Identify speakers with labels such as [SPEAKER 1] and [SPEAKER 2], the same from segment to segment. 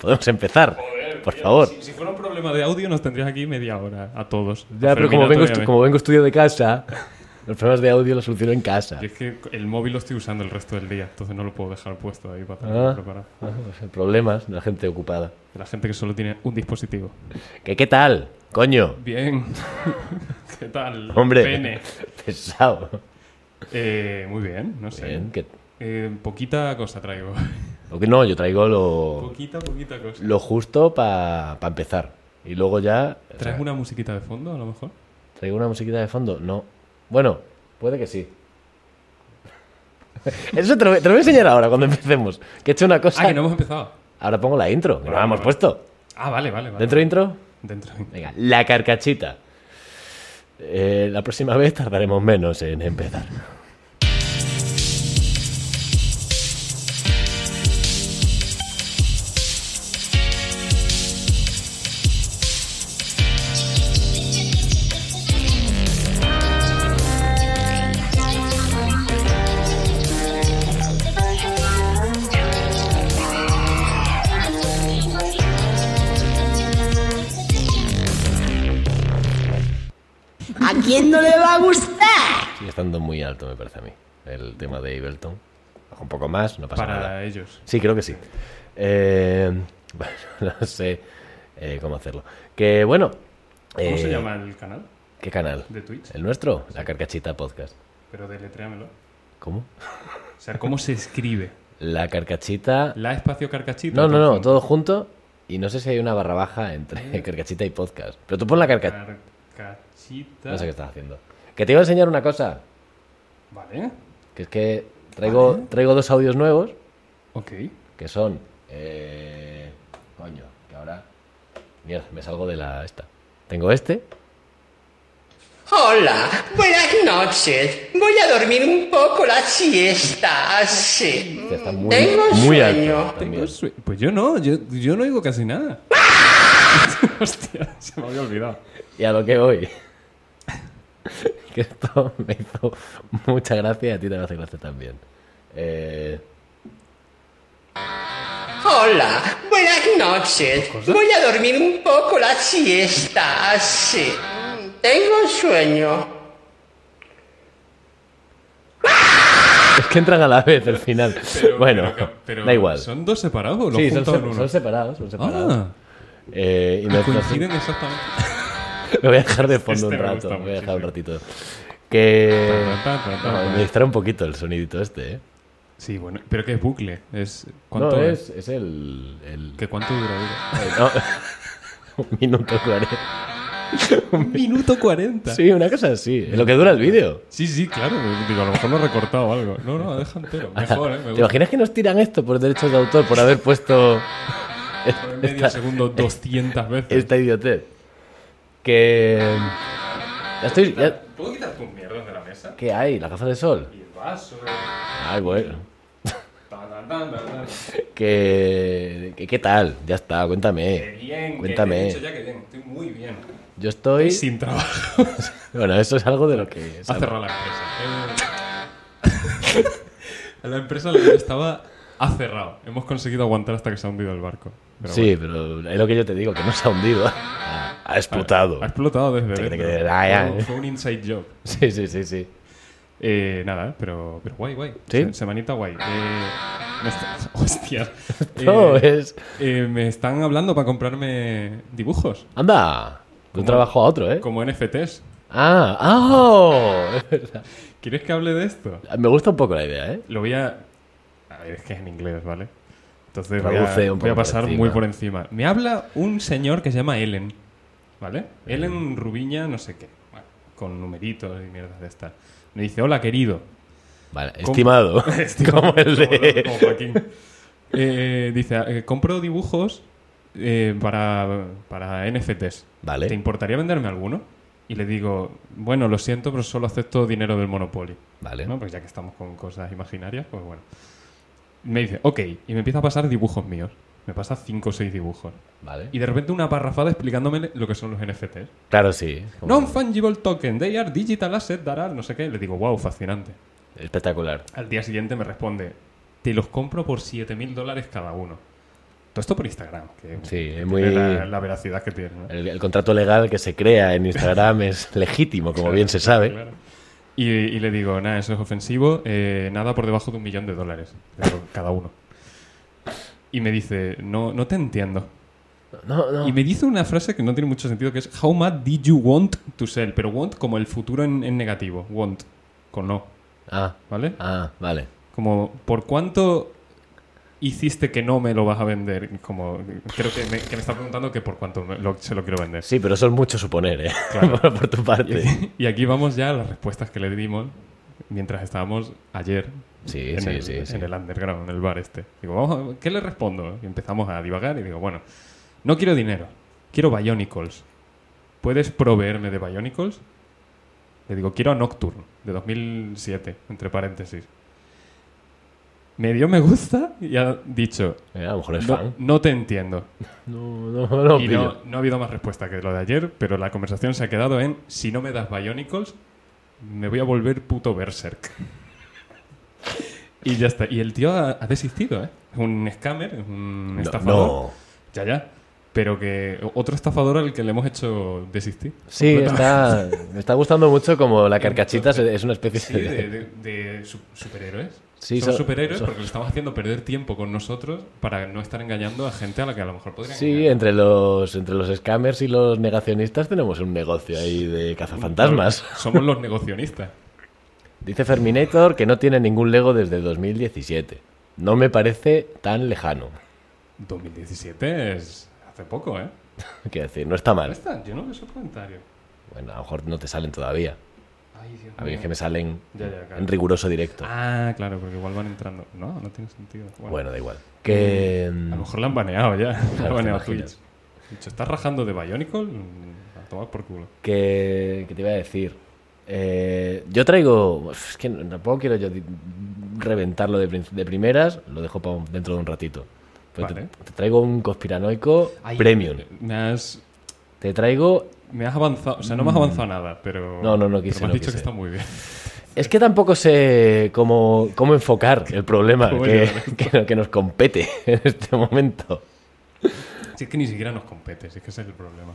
[SPEAKER 1] Podemos empezar, por favor.
[SPEAKER 2] Si, si fuera un problema de audio, nos tendrías aquí media hora a todos.
[SPEAKER 1] Ya,
[SPEAKER 2] A
[SPEAKER 1] pero
[SPEAKER 2] Fermín,
[SPEAKER 1] como
[SPEAKER 2] a
[SPEAKER 1] vengo,
[SPEAKER 2] Antonio, a
[SPEAKER 1] estu-
[SPEAKER 2] mí.
[SPEAKER 1] como vengo estudio de casa, los problemas de audio los soluciono en casa.
[SPEAKER 2] Y es que el móvil lo estoy usando el resto del día, entonces no lo puedo dejar puesto ahí para tenerlo
[SPEAKER 1] Ah.
[SPEAKER 2] preparado.
[SPEAKER 1] Ah, pues, Problemas de la gente ocupada.
[SPEAKER 2] De La gente que solo tiene un dispositivo.
[SPEAKER 1] ¿Qué, qué tal? Coño,
[SPEAKER 2] Bien. ¿Qué tal?
[SPEAKER 1] hombre.
[SPEAKER 2] Pene.
[SPEAKER 1] Pesado.
[SPEAKER 2] Eh, muy bien, no sé.
[SPEAKER 1] Bien, que-
[SPEAKER 2] Eh, poquita cosa traigo.
[SPEAKER 1] o que no, yo traigo lo,
[SPEAKER 2] poquita, poquita cosa.
[SPEAKER 1] lo justo para empezar. Y luego ya... o sea,
[SPEAKER 2] ¿Traes una musiquita de fondo, a lo mejor? Ah,
[SPEAKER 1] ¿Traigo una musiquita de fondo? No. Bueno, puede que sí. Eso te lo, voy- te lo voy a enseñar ahora cuando empecemos. Que he hecho una cosa.
[SPEAKER 2] Ah, que no hemos empezado.
[SPEAKER 1] Ahora pongo la intro, que no la
[SPEAKER 2] Vale,
[SPEAKER 1] hemos
[SPEAKER 2] vale.
[SPEAKER 1] puesto.
[SPEAKER 2] Ah, vale, vale. vale.
[SPEAKER 1] ¿Dentro de intro?
[SPEAKER 2] Dentro.
[SPEAKER 1] Venga, la carcachita. Eh, la próxima vez tardaremos menos en empezar.
[SPEAKER 3] ¿A quién no le va a gustar?
[SPEAKER 1] Sigue estando muy alto, me parece a mí, el tema de Ableton. Baja un poco más, no pasa
[SPEAKER 2] Para
[SPEAKER 1] nada.
[SPEAKER 2] ellos.
[SPEAKER 1] Sí, creo que sí. Eh, bueno, no sé eh, cómo hacerlo. Que bueno.
[SPEAKER 2] ¿Cómo se
[SPEAKER 1] eh,
[SPEAKER 2] llama el canal
[SPEAKER 1] ¿Qué canal?
[SPEAKER 2] de Twitch?
[SPEAKER 1] ¿El nuestro? La Carcachita Podcast.
[SPEAKER 2] Pero deletréamelo.
[SPEAKER 1] ¿Cómo?
[SPEAKER 2] O sea, ¿cómo se escribe?
[SPEAKER 1] La Carcachita.
[SPEAKER 2] La espacio carcachita.
[SPEAKER 1] No, no, no,
[SPEAKER 2] entonces.
[SPEAKER 1] todo junto. Y no sé si hay una barra baja entre Carcachita y Podcast. Pero tú pon la
[SPEAKER 2] Ah,
[SPEAKER 1] Carcachita.
[SPEAKER 2] Carcachita.
[SPEAKER 1] No sé qué estás haciendo. Que te iba a enseñar una cosa.
[SPEAKER 2] Vale.
[SPEAKER 1] Que es que traigo, traigo dos audios nuevos.
[SPEAKER 2] Ok.
[SPEAKER 1] Que son. eh, coño, que ahora. Mierda, me salgo de la. Esta. Tengo este.
[SPEAKER 4] Hola, buenas noches. Voy a dormir un poco la siesta, así.
[SPEAKER 1] que está muy,
[SPEAKER 4] Tengo
[SPEAKER 1] muy
[SPEAKER 4] sueño.
[SPEAKER 1] alto. también.
[SPEAKER 2] Tengo sue- Pues yo no, yo, yo no oigo casi nada. Hostia, se me había olvidado.
[SPEAKER 1] Y a lo que voy. que esto me hizo mucha gracia y a ti te va a hacer gracia también. Eh,
[SPEAKER 4] Hola, buenas noches. Voy a dormir un poco la siesta, así. Tengo sueño.
[SPEAKER 1] es que entran a la vez al final. bueno, da igual.
[SPEAKER 2] ¿Son dos separados o los
[SPEAKER 1] sí, son,
[SPEAKER 2] juntos en
[SPEAKER 1] se-
[SPEAKER 2] uno?
[SPEAKER 1] son separados. Son separados.
[SPEAKER 2] Ah,
[SPEAKER 1] Eh, y no- no-
[SPEAKER 2] coinciden exactamente.
[SPEAKER 1] lo voy a dejar de fondo
[SPEAKER 2] Este
[SPEAKER 1] un
[SPEAKER 2] me
[SPEAKER 1] rato.
[SPEAKER 2] gusta
[SPEAKER 1] Voy a dejar un
[SPEAKER 2] muchísimo.
[SPEAKER 1] ratito. Que.
[SPEAKER 2] Ta, ta, ta, ta,
[SPEAKER 1] No,
[SPEAKER 2] ta.
[SPEAKER 1] me distrae un poquito el sonidito este, ¿eh?
[SPEAKER 2] Sí, bueno, pero que es bucle. Es, ¿Cuánto
[SPEAKER 1] No, es,
[SPEAKER 2] es?
[SPEAKER 1] es el. el...
[SPEAKER 2] ¿Que ¿Cuánto dura? dura?
[SPEAKER 1] No. un minuto cuarenta.
[SPEAKER 2] Un minuto cuarenta.
[SPEAKER 1] Sí, una cosa así. Es lo que dura el vídeo.
[SPEAKER 2] Sí, sí, claro. Digo, a lo mejor lo he recortado o algo. No, no, deja entero. Mejor, ¿eh? Me
[SPEAKER 1] ¿Te
[SPEAKER 2] gusta.
[SPEAKER 1] imaginas que nos tiran esto por derechos de autor por haber puesto
[SPEAKER 2] En medio segundo 200 veces.
[SPEAKER 1] esta idiotez? Que. Ya estoy. ya-
[SPEAKER 2] ¿Puedo quitar tus mierdas de la mesa?
[SPEAKER 1] ¿Qué hay? ¿La gafas de sol?
[SPEAKER 2] Y el vaso.
[SPEAKER 1] Ay, bueno.
[SPEAKER 2] Tan, tan, tan, tan, tan.
[SPEAKER 1] Que, que- ¿Qué tal? Ya está,
[SPEAKER 2] Que
[SPEAKER 1] cuéntame.
[SPEAKER 2] bien, que
[SPEAKER 1] Cuéntame.
[SPEAKER 2] te he dicho ya que bien, estoy muy bien.
[SPEAKER 1] Yo estoy.
[SPEAKER 2] Sin trabajo.
[SPEAKER 1] Bueno, eso es algo de lo que.
[SPEAKER 2] Ha cerrado la empresa. Eh, la empresa la que yo estaba ha cerrado. Hemos conseguido aguantar hasta que se ha hundido el barco. Pero
[SPEAKER 1] Sí,
[SPEAKER 2] bueno.
[SPEAKER 1] pero es lo que yo te digo, que no se ha hundido. Ha, ha explotado.
[SPEAKER 2] Ha explotado desde
[SPEAKER 1] Te- te-
[SPEAKER 2] dentro.
[SPEAKER 1] te- ah, ya.
[SPEAKER 2] Fue- Fue un inside job.
[SPEAKER 1] Sí, sí, sí, sí.
[SPEAKER 2] Eh, nada, pero, pero guay, guay.
[SPEAKER 1] ¿Sí?
[SPEAKER 2] Se- Semanita guay. Eh, me está- hostia. Eh,
[SPEAKER 1] No, es.
[SPEAKER 2] eh, me están hablando para comprarme dibujos.
[SPEAKER 1] Anda, de un
[SPEAKER 2] Como-
[SPEAKER 1] trabajo a otro, ¿eh?
[SPEAKER 2] Como NFTs.
[SPEAKER 1] Ah, ah, oh, es verdad.
[SPEAKER 2] ¿Quieres que hable de esto?
[SPEAKER 1] Me gusta un poco la idea, ¿eh?
[SPEAKER 2] Lo voy a. A ver, es que es en inglés, ¿vale? Entonces voy
[SPEAKER 1] Traduce
[SPEAKER 2] a,
[SPEAKER 1] un poco
[SPEAKER 2] voy a pasar
[SPEAKER 1] por encima.
[SPEAKER 2] muy por encima. Me habla un señor que se llama Ellen, ¿vale?
[SPEAKER 1] Mm.
[SPEAKER 2] Ellen Rubiña, no sé qué. Bueno, con numeritos y mierdas de estas. Me dice: Hola, querido.
[SPEAKER 1] Vale,
[SPEAKER 2] Com-
[SPEAKER 1] estimado. como el de.
[SPEAKER 2] Como Joaquín. Eh, dice, eh, compro dibujos eh, para, para NFTs.
[SPEAKER 1] Vale.
[SPEAKER 2] ¿Te importaría venderme alguno? Y le digo, bueno, lo siento, pero solo acepto dinero del Monopoly.
[SPEAKER 1] Vale.
[SPEAKER 2] ¿No? Pues ya que estamos con cosas imaginarias, pues bueno. Me dice, ok, y me empieza a pasar dibujos míos. Me pasa cinco o seis dibujos.
[SPEAKER 1] Vale.
[SPEAKER 2] Y de repente una parrafada explicándome lo que son los NFTs.
[SPEAKER 1] Claro, sí. como-
[SPEAKER 2] Non-fungible token, they are digital asset, that are no sé qué. Le digo, wow, fascinante.
[SPEAKER 1] Espectacular.
[SPEAKER 2] Al día siguiente me responde, te los compro por 7.000 dólares cada uno. Todo esto por Instagram. Que,
[SPEAKER 1] Sí, es
[SPEAKER 2] que
[SPEAKER 1] muy-
[SPEAKER 2] tiene La, la veracidad que tiene. ¿no?
[SPEAKER 1] El, el contrato legal que se crea en Instagram es legítimo, como bien se sabe.
[SPEAKER 2] Claro. Y, y le digo, nada, eso es ofensivo, eh, nada por debajo de un millón de dólares, pero cada uno. Y me dice, no, no te entiendo.
[SPEAKER 1] No, no.
[SPEAKER 2] Y me dice una frase que no tiene mucho sentido, que es, how much did you want to sell? Pero want como el futuro en, en negativo, want, con no,
[SPEAKER 1] Ah,
[SPEAKER 2] ¿vale?
[SPEAKER 1] ah, vale.
[SPEAKER 2] Como, ¿por cuánto hiciste que no me lo vas a vender? Como, creo que me, que me está preguntando que por cuánto me- lo- se lo quiero vender.
[SPEAKER 1] Sí, pero eso es mucho suponer, ¿eh? por, por tu parte.
[SPEAKER 2] Y aquí vamos ya a las respuestas que le dimos mientras estábamos ayer
[SPEAKER 1] Sí,
[SPEAKER 2] en,
[SPEAKER 1] sí,
[SPEAKER 2] el,
[SPEAKER 1] sí, sí.
[SPEAKER 2] en el underground, en el bar este. Digo, vamos a- ¿qué le respondo? Y empezamos a divagar y digo, bueno, no quiero dinero, quiero Bionicles. ¿Puedes proveerme de Bionicles? Le digo, quiero a Nocturne, de 2007, entre paréntesis. Me dio me gusta y ha dicho,
[SPEAKER 1] Eh, a lo mejor es
[SPEAKER 2] no,
[SPEAKER 1] fan.
[SPEAKER 2] no te entiendo.
[SPEAKER 1] No, no, no,
[SPEAKER 2] Y
[SPEAKER 1] pillo.
[SPEAKER 2] no, no ha habido más respuesta que lo de ayer, pero la conversación se ha quedado en si no me das Bionicles, me voy a volver puto berserk. y ya está. Y el tío ha, ha desistido, ¿eh? Es un scammer, es un
[SPEAKER 1] No,
[SPEAKER 2] estafador.
[SPEAKER 1] no.
[SPEAKER 2] Ya, ya. Pero que otro estafador al que le hemos hecho desistir.
[SPEAKER 1] Sí, está, me está gustando mucho como la carcachita se- es una especie
[SPEAKER 2] Sí,
[SPEAKER 1] de...
[SPEAKER 2] de, de- de su- superhéroes.
[SPEAKER 1] Sí,
[SPEAKER 2] son
[SPEAKER 1] son-
[SPEAKER 2] superhéroes
[SPEAKER 1] son-
[SPEAKER 2] porque le estamos haciendo perder tiempo con nosotros para no estar engañando a gente a la que a lo mejor podría
[SPEAKER 1] Sí,
[SPEAKER 2] engañar.
[SPEAKER 1] entre los, entre los scammers y los negacionistas tenemos un negocio ahí de cazafantasmas.
[SPEAKER 2] Somos los negocionistas.
[SPEAKER 1] Dice Ferminator que no tiene ningún Lego desde 2017. No me parece tan lejano.
[SPEAKER 2] 2017 es hace poco, ¿eh?
[SPEAKER 1] Quiero decir, no está
[SPEAKER 2] Ya
[SPEAKER 1] mal.
[SPEAKER 2] está, yo no veo su comentario.
[SPEAKER 1] Bueno, a lo mejor no te salen todavía.
[SPEAKER 2] Ay, Dios
[SPEAKER 1] A mí es
[SPEAKER 2] mío.
[SPEAKER 1] que me salen
[SPEAKER 2] Ya, ya, claro.
[SPEAKER 1] en riguroso directo.
[SPEAKER 2] Ah, claro, porque igual van entrando. No, no tiene sentido. Bueno,
[SPEAKER 1] Bueno, da igual. Que...
[SPEAKER 2] a lo mejor la han baneado ya. La han
[SPEAKER 1] te
[SPEAKER 2] baneado
[SPEAKER 1] imaginas.
[SPEAKER 2] Twitch. Dicho, ¿estás rajando de Bionicle? Mm, A tomar por culo.
[SPEAKER 1] que, que te iba a decir. Eh, yo traigo. Es que no- tampoco quiero yo di- reventarlo de, prin- de primeras, lo dejo pa un- dentro de un ratito. Pero te-
[SPEAKER 2] Vale.
[SPEAKER 1] te, traigo un conspiranoico premium.
[SPEAKER 2] Me has,
[SPEAKER 1] Te traigo.
[SPEAKER 2] me has avanzado. O sea, no me has avanzado nada, pero.
[SPEAKER 1] Mm. No, no, no quise,
[SPEAKER 2] Pero me has
[SPEAKER 1] no
[SPEAKER 2] dicho
[SPEAKER 1] quise.
[SPEAKER 2] que está muy bien.
[SPEAKER 1] Es que tampoco sé cómo, cómo enfocar el problema
[SPEAKER 2] ¿Cómo
[SPEAKER 1] que,
[SPEAKER 2] llevar
[SPEAKER 1] que, que nos compete en este momento.
[SPEAKER 2] Si es que ni siquiera nos compete, si es que ese es el problema.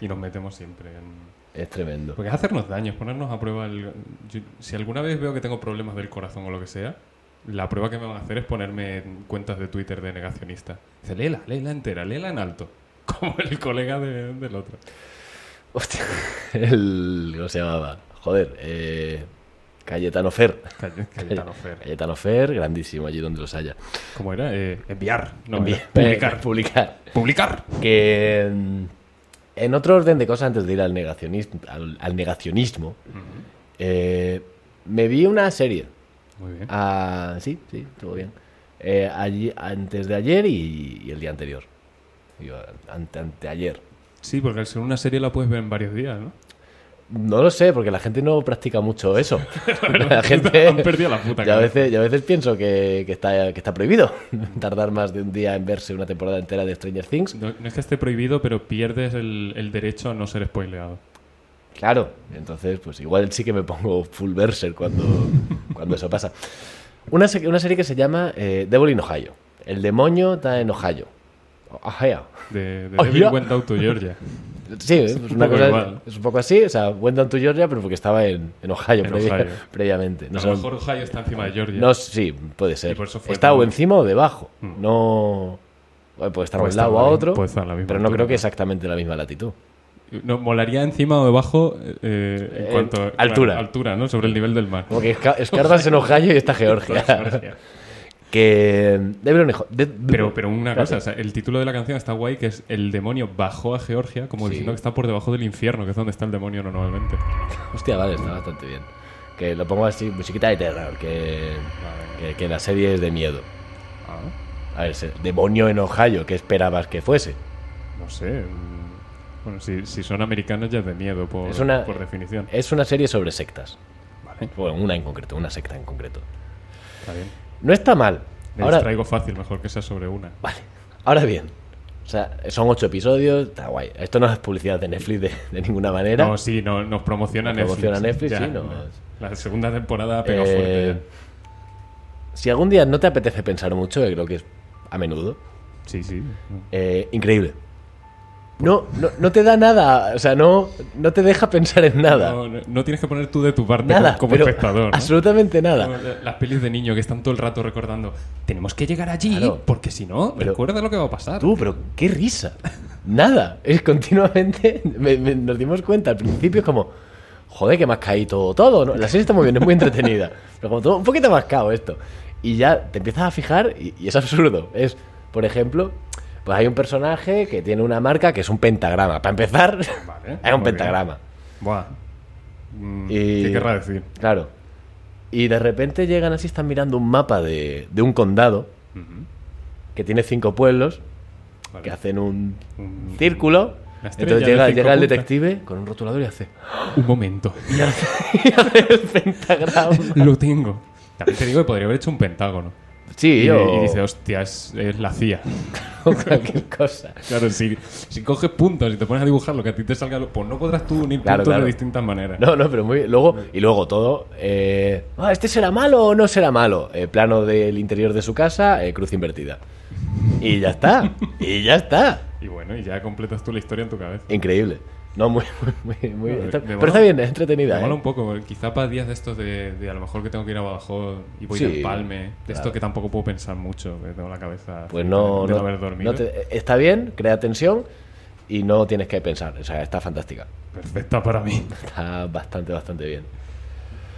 [SPEAKER 2] Y nos metemos siempre en.
[SPEAKER 1] Es tremendo.
[SPEAKER 2] Porque es hacernos daño, es ponernos a prueba. el- yo- si alguna vez veo que tengo problemas del corazón o lo que sea, la prueba que me van a hacer es ponerme en cuentas de Twitter de negacionista. Dice, léela, léela entera, léela en alto. Como el colega de- del otro.
[SPEAKER 1] Hostia, el. ¿Cómo se llamaba? Joder, eh, Cayetano Fer.
[SPEAKER 2] Calle- Cayetano Fer.
[SPEAKER 1] Cayetano Fer, grandísimo allí donde los haya.
[SPEAKER 2] ¿Cómo era? Eh, enviar. No,
[SPEAKER 1] Envi-
[SPEAKER 2] era publicar.
[SPEAKER 1] eh, publicar.
[SPEAKER 2] ¡Publicar!
[SPEAKER 1] Que mm, en otro orden de cosas, antes de ir al, negacionismo al, al negacionismo, eh, me vi una serie.
[SPEAKER 2] Muy bien.
[SPEAKER 1] Ah, sí, sí, todo bien. Eh, allí- antes de ayer y, y el día anterior. Digo, ante, anteayer.
[SPEAKER 2] Sí, porque al ser una serie la puedes ver en varios días, ¿no?
[SPEAKER 1] No lo sé, porque la gente no practica mucho eso. la gente.
[SPEAKER 2] Han perdido la puta
[SPEAKER 1] Yo a
[SPEAKER 2] cabeza.
[SPEAKER 1] veces, yo a veces pienso que, que está, que está prohibido tardar más de un día en verse una temporada entera de Stranger Things.
[SPEAKER 2] No, no es que esté prohibido, pero pierdes el, el derecho a no ser spoileado.
[SPEAKER 1] Claro, entonces pues igual sí que me pongo full berser cuando, cuando eso pasa. Una, se- una serie que se llama eh, Devil in Ohio. El demonio está en Ohio. Ohio.
[SPEAKER 2] De, de
[SPEAKER 1] Oh,
[SPEAKER 2] Devil
[SPEAKER 1] ya.
[SPEAKER 2] Went Out to Georgia.
[SPEAKER 1] Sí, es,
[SPEAKER 2] un
[SPEAKER 1] una
[SPEAKER 2] poco
[SPEAKER 1] cosa,
[SPEAKER 2] igual.
[SPEAKER 1] es un poco así, o sea, went down to Georgia, pero porque estaba en, en Ohio,
[SPEAKER 2] En
[SPEAKER 1] previa-
[SPEAKER 2] Ohio.
[SPEAKER 1] previamente. No
[SPEAKER 2] a
[SPEAKER 1] sé-
[SPEAKER 2] lo mejor Ohio está encima de Georgia.
[SPEAKER 1] no, sí, puede
[SPEAKER 2] Y
[SPEAKER 1] ser.
[SPEAKER 2] por eso fue
[SPEAKER 1] Está o
[SPEAKER 2] tan-
[SPEAKER 1] encima o debajo.
[SPEAKER 2] Mm.
[SPEAKER 1] No. bueno, puede estar de
[SPEAKER 2] Puede
[SPEAKER 1] un
[SPEAKER 2] estar
[SPEAKER 1] lado
[SPEAKER 2] a
[SPEAKER 1] a
[SPEAKER 2] la mi-
[SPEAKER 1] otro,
[SPEAKER 2] puede estar a la misma
[SPEAKER 1] pero no
[SPEAKER 2] altura,
[SPEAKER 1] creo que
[SPEAKER 2] ¿no?
[SPEAKER 1] exactamente la misma latitud.
[SPEAKER 2] No, molaría encima o debajo eh, en
[SPEAKER 1] Eh,
[SPEAKER 2] cuanto
[SPEAKER 1] altura.
[SPEAKER 2] claro, altura, ¿no? Sobre el nivel del mar.
[SPEAKER 1] Como que esca- escarbas en Ohio y está Georgia. que. Devil in Ohio- de-
[SPEAKER 2] Pero, pero una
[SPEAKER 1] Espérate.
[SPEAKER 2] cosa, o sea, el título de la canción está guay, que es El demonio bajó a Georgia, como
[SPEAKER 1] Sí.
[SPEAKER 2] diciendo que está por debajo del infierno, que es donde está el demonio normalmente.
[SPEAKER 1] Hostia, vale, está bastante bien. Que lo pongo así, musiquita de terror, que, que, que la serie es de ah, miedo. A ver, se- demonio en Ohio, ¿qué esperabas que fuese?
[SPEAKER 2] No sé. mm, Bueno, si, si son americanos ya es de miedo, por,
[SPEAKER 1] Es una- eh,
[SPEAKER 2] por definición.
[SPEAKER 1] Es una serie sobre sectas.
[SPEAKER 2] Vale,
[SPEAKER 1] Bueno, una en concreto, una secta en concreto.
[SPEAKER 2] está bien.
[SPEAKER 1] No está mal.
[SPEAKER 2] Me
[SPEAKER 1] Ahora,
[SPEAKER 2] distraigo fácil, mejor que sea sobre una.
[SPEAKER 1] vale, ahora bien. O sea, son ocho episodios, está guay. Esto no es publicidad de Netflix de, de ninguna manera.
[SPEAKER 2] No, sí, no, nos promociona
[SPEAKER 1] Nos
[SPEAKER 2] Netflix.
[SPEAKER 1] promociona Netflix, sí, no.
[SPEAKER 2] La segunda temporada pegó
[SPEAKER 1] Eh,
[SPEAKER 2] fuerte. ya.
[SPEAKER 1] Si algún día no te apetece pensar mucho, que creo que es a menudo,
[SPEAKER 2] Sí, sí.
[SPEAKER 1] Eh, increíble. No, no, no te da nada, o sea, no, no te deja pensar en nada.
[SPEAKER 2] No, no- no tienes que poner tú de tu parte
[SPEAKER 1] nada,
[SPEAKER 2] como
[SPEAKER 1] pero
[SPEAKER 2] espectador. ¿no?
[SPEAKER 1] absolutamente nada.
[SPEAKER 2] Como Las pelis de niño que están todo el rato recordando, tenemos que llegar allí,
[SPEAKER 1] Claro.
[SPEAKER 2] porque si no,
[SPEAKER 1] Pero-
[SPEAKER 2] recuerda lo que va a pasar.
[SPEAKER 1] Tú, pero qué risa. Nada, es continuamente, me- me- nos dimos cuenta al principio es como, joder, que más caído todo, ¿no? La serie está muy bien, es muy entretenida, pero como todo un poquito más cao esto. Y ya te empiezas a fijar y, y es absurdo. Es, por ejemplo, pues hay un personaje que tiene una marca que es un pentagrama. Para empezar,
[SPEAKER 2] Vale,
[SPEAKER 1] es un
[SPEAKER 2] muy bien.
[SPEAKER 1] pentagrama.
[SPEAKER 2] Buah. Mm,
[SPEAKER 1] Y-
[SPEAKER 2] ¿Qué querrá decir?
[SPEAKER 1] Claro. Y de repente llegan así, están mirando un mapa de, de un condado que tiene cinco pueblos,
[SPEAKER 2] Vale.
[SPEAKER 1] que hacen un
[SPEAKER 2] Un-
[SPEAKER 1] círculo.
[SPEAKER 2] Una estrella
[SPEAKER 1] Entonces
[SPEAKER 2] de
[SPEAKER 1] llega,
[SPEAKER 2] cinco
[SPEAKER 1] llega el
[SPEAKER 2] puntas.
[SPEAKER 1] detective con un rotulador y hace,
[SPEAKER 2] Un momento.
[SPEAKER 1] y hace, y hace el pentagrama.
[SPEAKER 2] lo tengo. También te digo que podría haber hecho un pentágono.
[SPEAKER 1] Sí,
[SPEAKER 2] Y,
[SPEAKER 1] o
[SPEAKER 2] y dice, hostia, es, es la CIA.
[SPEAKER 1] o cualquier cosa.
[SPEAKER 2] Claro, si, si coges puntos y te pones a dibujar lo que a ti te salga, lo- pues no podrás tú unir
[SPEAKER 1] Claro,
[SPEAKER 2] puntos
[SPEAKER 1] claro.
[SPEAKER 2] de distintas maneras.
[SPEAKER 1] No, no, pero muy bien. Luego, y luego todo. eh, "Ah, ¿Este será malo o no será malo? Eh, plano del interior de su casa, eh, cruz invertida. Y ya está. Y ya está.
[SPEAKER 2] Y bueno, y ya completas tú la historia en tu cabeza.
[SPEAKER 1] Increíble. No, muy, muy, muy, muy-
[SPEAKER 2] Me-
[SPEAKER 1] está-
[SPEAKER 2] me
[SPEAKER 1] pero
[SPEAKER 2] mola-
[SPEAKER 1] está bien, es
[SPEAKER 2] Me
[SPEAKER 1] entretenida.
[SPEAKER 2] mola
[SPEAKER 1] ¿eh?
[SPEAKER 2] un poco, quizá para días de estos de, de a lo mejor que tengo que ir a Badajoz y voy
[SPEAKER 1] Sí,
[SPEAKER 2] de palme, de esto
[SPEAKER 1] claro.
[SPEAKER 2] que tampoco puedo pensar mucho, que tengo la cabeza
[SPEAKER 1] Pues
[SPEAKER 2] frita
[SPEAKER 1] no,
[SPEAKER 2] de
[SPEAKER 1] no-
[SPEAKER 2] haber dormido.
[SPEAKER 1] no te- está bien, crea tensión y no tienes que pensar. O sea, está fantástica.
[SPEAKER 2] Perfecta para mí.
[SPEAKER 1] Está bastante, bastante bien.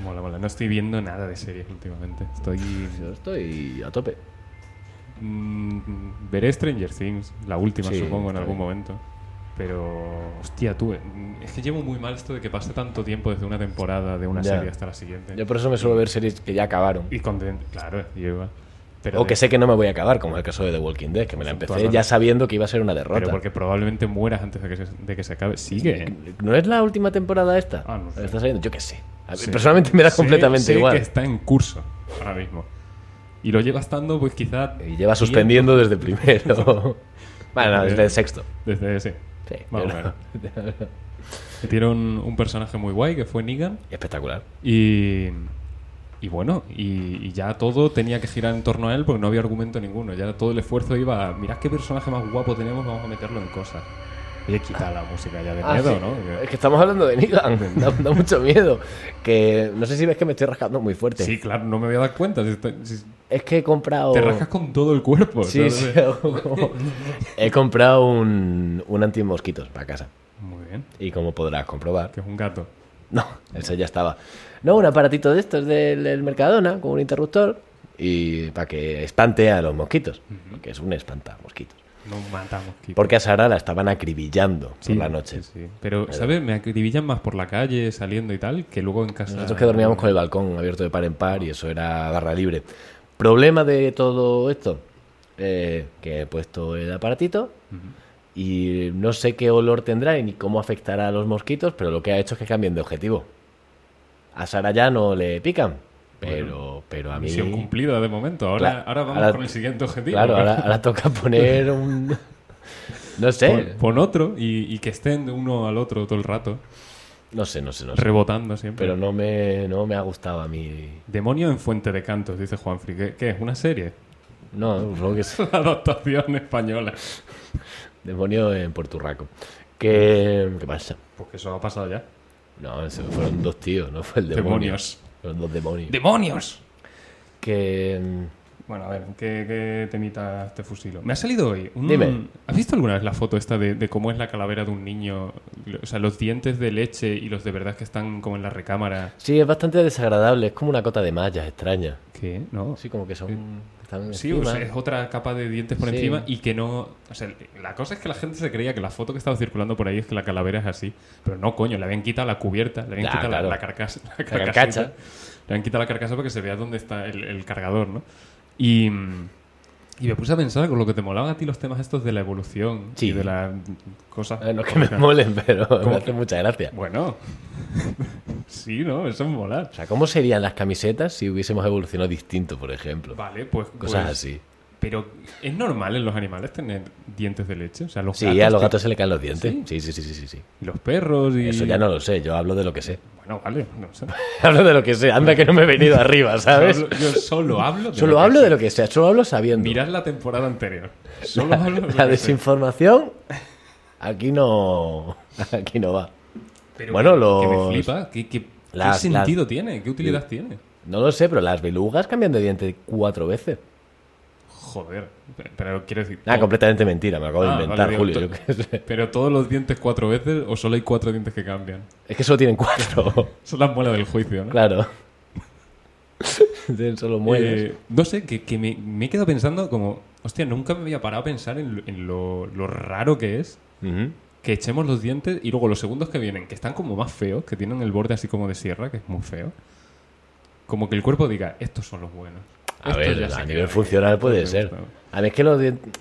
[SPEAKER 2] Mola, mola. No estoy viendo nada de series últimamente. Estoy.
[SPEAKER 1] Yo estoy a tope.
[SPEAKER 2] mm, veré Stranger Things, la última
[SPEAKER 1] Sí,
[SPEAKER 2] supongo en
[SPEAKER 1] está
[SPEAKER 2] algún
[SPEAKER 1] bien.
[SPEAKER 2] momento. Pero, hostia, tú, eh, mm, es que llevo muy mal esto de que pase tanto tiempo desde una temporada de una
[SPEAKER 1] Ya.
[SPEAKER 2] serie hasta la siguiente.
[SPEAKER 1] Yo por eso me suelo ver series que ya acabaron.
[SPEAKER 2] Y contento, claro, lleva. Pero
[SPEAKER 1] O que
[SPEAKER 2] de-
[SPEAKER 1] sé que no me voy a acabar, como el caso de The Walking Dead, que me la
[SPEAKER 2] Pues,
[SPEAKER 1] empecé
[SPEAKER 2] todas
[SPEAKER 1] ya
[SPEAKER 2] las-
[SPEAKER 1] sabiendo que iba a ser una
[SPEAKER 2] Pero
[SPEAKER 1] derrota.
[SPEAKER 2] porque probablemente mueras antes de que se, de que se acabe. Sigue. ¿eh?
[SPEAKER 1] ¿No es la última temporada esta?
[SPEAKER 2] Ah, no sé.
[SPEAKER 1] ¿Está saliendo? Yo qué sé. A mí
[SPEAKER 2] Sí.
[SPEAKER 1] Personalmente me da
[SPEAKER 2] Sé-
[SPEAKER 1] completamente
[SPEAKER 2] sé
[SPEAKER 1] igual.
[SPEAKER 2] que está en curso ahora mismo. Y lo lleva estando, pues quizá.
[SPEAKER 1] Y lleva suspendiendo desde primero. bueno, no, desde el sexto.
[SPEAKER 2] Desde ese.
[SPEAKER 1] Sí,
[SPEAKER 2] Más o
[SPEAKER 1] pero-
[SPEAKER 2] menos. Tiene un, un personaje muy guay que fue Negan.
[SPEAKER 1] Espectacular.
[SPEAKER 2] Y. Y bueno, y, y ya todo tenía que girar en torno a él porque no había argumento ninguno. Ya todo el esfuerzo iba a. Mirad qué personaje más guapo tenemos, vamos a meterlo en cosas. Oye, quita la música ya de miedo, ¿no? Que-
[SPEAKER 1] Ah, Es que estamos hablando de Negan. Da, da mucho miedo. Que no sé si ves que me estoy rascando muy fuerte.
[SPEAKER 2] Sí, claro, no me voy a dar cuenta. Si estoy- si-
[SPEAKER 1] Es que he comprado.
[SPEAKER 2] Te rascas con todo el cuerpo.
[SPEAKER 1] Sí,
[SPEAKER 2] ¿sabes?
[SPEAKER 1] sí, hago como- He comprado un, un antimosquitos para casa.
[SPEAKER 2] Muy bien.
[SPEAKER 1] Y como podrás comprobar.
[SPEAKER 2] Que es un gato.
[SPEAKER 1] No, ese ya estaba. No, un aparatito de estos del, del Mercadona con un interruptor y para que espante a los mosquitos, porque es un espanta mosquitos.
[SPEAKER 2] No mata mosquitos.
[SPEAKER 1] Porque a Sara la estaban acribillando
[SPEAKER 2] Sí,
[SPEAKER 1] por la noche.
[SPEAKER 2] sí, sí. Pero, ¿sabes? Me acribillan más por la calle saliendo y tal que luego en casa.
[SPEAKER 1] Nosotros que dormíamos con el balcón abierto de par en par y eso era barra libre. Problema de todo esto, eh, que he puesto el aparatito y no sé qué olor tendrá y ni cómo afectará a los mosquitos, pero lo que ha hecho es que cambien de objetivo. A Sara ya no le pican, pero, pero a mí...
[SPEAKER 2] Misión cumplida de momento. Ahora,
[SPEAKER 1] Claro,
[SPEAKER 2] ahora vamos
[SPEAKER 1] ahora-
[SPEAKER 2] con el siguiente objetivo.
[SPEAKER 1] Claro, ahora, ahora toca poner un... No sé,
[SPEAKER 2] Pon, pon otro y, y que estén de uno al otro todo el rato,
[SPEAKER 1] no sé, no sé, no sé.
[SPEAKER 2] rebotando siempre.
[SPEAKER 1] Pero no me, no me ha gustado a mí.
[SPEAKER 2] Demonio en Fuente de Cantos, dice Juan ¿Qué, qué es? ¿Una serie?
[SPEAKER 1] No, supongo que es-
[SPEAKER 2] La adaptación española. Pues
[SPEAKER 1] Demonio en Porturraco. ¿Qué, ¿Qué pasa?
[SPEAKER 2] Porque eso ha pasado ya.
[SPEAKER 1] No, se fueron dos tíos, no fue el demonio.
[SPEAKER 2] Demonios.
[SPEAKER 1] Fueron dos demonios.
[SPEAKER 2] ¡Demonios!
[SPEAKER 1] que. mm,
[SPEAKER 2] Bueno, a ver, ¿qué, qué temita te fusilo? Me ha salido hoy. un-
[SPEAKER 1] Dime.
[SPEAKER 2] ¿Has visto alguna vez la foto esta de, de cómo es la calavera de un niño? O sea, los dientes de leche y los de verdad que están como en la recámara.
[SPEAKER 1] Sí, es bastante desagradable, es como una cota de mallas extraña.
[SPEAKER 2] ¿Qué? No.
[SPEAKER 1] Sí, como que son. Están
[SPEAKER 2] Sí, o
[SPEAKER 1] encima.
[SPEAKER 2] sea, es otra capa de dientes por
[SPEAKER 1] Sí.
[SPEAKER 2] encima y que no... O sea, la cosa es que la gente se creía que la foto que estaba circulando por ahí es que la calavera es así. Pero no, coño, le habían quitado la cubierta, le habían
[SPEAKER 1] Ya,
[SPEAKER 2] quitado la-
[SPEAKER 1] claro.
[SPEAKER 2] la, carcasa. La,
[SPEAKER 1] carcacha.
[SPEAKER 2] carcasita. Le han quitado la carcasa para que se vea dónde está el, el cargador, ¿no? Y, mm, y me puse a pensar con lo que te molaban a ti los temas estos de la evolución
[SPEAKER 1] Sí.
[SPEAKER 2] y de las mm, cosas...
[SPEAKER 1] Eh, No es que me molen, pero me hace mucha gracia.
[SPEAKER 2] Bueno. sí, ¿no? Eso es molar.
[SPEAKER 1] O sea, ¿cómo serían las camisetas si hubiésemos evolucionado distinto, por ejemplo?
[SPEAKER 2] Vale, pues...
[SPEAKER 1] Cosas
[SPEAKER 2] pues-
[SPEAKER 1] así.
[SPEAKER 2] Pero ¿es normal en los animales tener dientes de leche? O sea, los
[SPEAKER 1] Sí,
[SPEAKER 2] gatos
[SPEAKER 1] a los
[SPEAKER 2] tienen-
[SPEAKER 1] gatos se le caen los dientes. Sí, sí, sí, sí, sí. sí.
[SPEAKER 2] y los perros y...
[SPEAKER 1] Eso ya no lo sé, yo hablo de lo que sé.
[SPEAKER 2] Bueno, vale, no sé.
[SPEAKER 1] hablo de lo que sé, anda que no me he venido arriba, ¿sabes?
[SPEAKER 2] Yo hablo- Yo solo hablo de
[SPEAKER 1] Solo
[SPEAKER 2] lo que
[SPEAKER 1] hablo
[SPEAKER 2] sé.
[SPEAKER 1] de lo que sé, solo hablo sabiendo.
[SPEAKER 2] Mirad la temporada anterior. Solo hablo de lo
[SPEAKER 1] La
[SPEAKER 2] que sé.
[SPEAKER 1] desinformación aquí no aquí no va.
[SPEAKER 2] Pero
[SPEAKER 1] Bueno,
[SPEAKER 2] que- que
[SPEAKER 1] los-
[SPEAKER 2] me flipa. ¿Qué, qué- qué
[SPEAKER 1] las-
[SPEAKER 2] sentido tiene? ¿Qué utilidad tiene?
[SPEAKER 1] No lo sé, pero las belugas cambian de diente cuatro veces.
[SPEAKER 2] Joder. Pero, pero quiero decir...
[SPEAKER 1] Ah,
[SPEAKER 2] todo-
[SPEAKER 1] completamente mentira, me lo acabo
[SPEAKER 2] Oh. Ah,
[SPEAKER 1] de
[SPEAKER 2] vale,
[SPEAKER 1] inventar,
[SPEAKER 2] digo,
[SPEAKER 1] Julio.
[SPEAKER 2] to-
[SPEAKER 1] yo qué sé.
[SPEAKER 2] Pero todos los dientes cuatro veces o solo hay cuatro dientes que cambian.
[SPEAKER 1] Es que solo tienen cuatro,
[SPEAKER 2] Son las muelas del juicio, ¿no?
[SPEAKER 1] claro. Tienen solo muelas.
[SPEAKER 2] Eh, no sé, que, que me, me he quedado pensando como... Hostia, nunca me había parado a pensar en, lo- en lo, lo raro que es
[SPEAKER 1] Ujú.
[SPEAKER 2] que echemos los dientes y luego los segundos que vienen, que están como más feos, que tienen el borde así como de sierra, que es muy feo. Como que el cuerpo diga, estos son los buenos.
[SPEAKER 1] A
[SPEAKER 2] Estos
[SPEAKER 1] ver,
[SPEAKER 2] ya
[SPEAKER 1] a
[SPEAKER 2] se
[SPEAKER 1] nivel
[SPEAKER 2] quedan".
[SPEAKER 1] funcional puede
[SPEAKER 2] Estos me
[SPEAKER 1] ser.
[SPEAKER 2] gustaban.
[SPEAKER 1] A mí es que los dientes...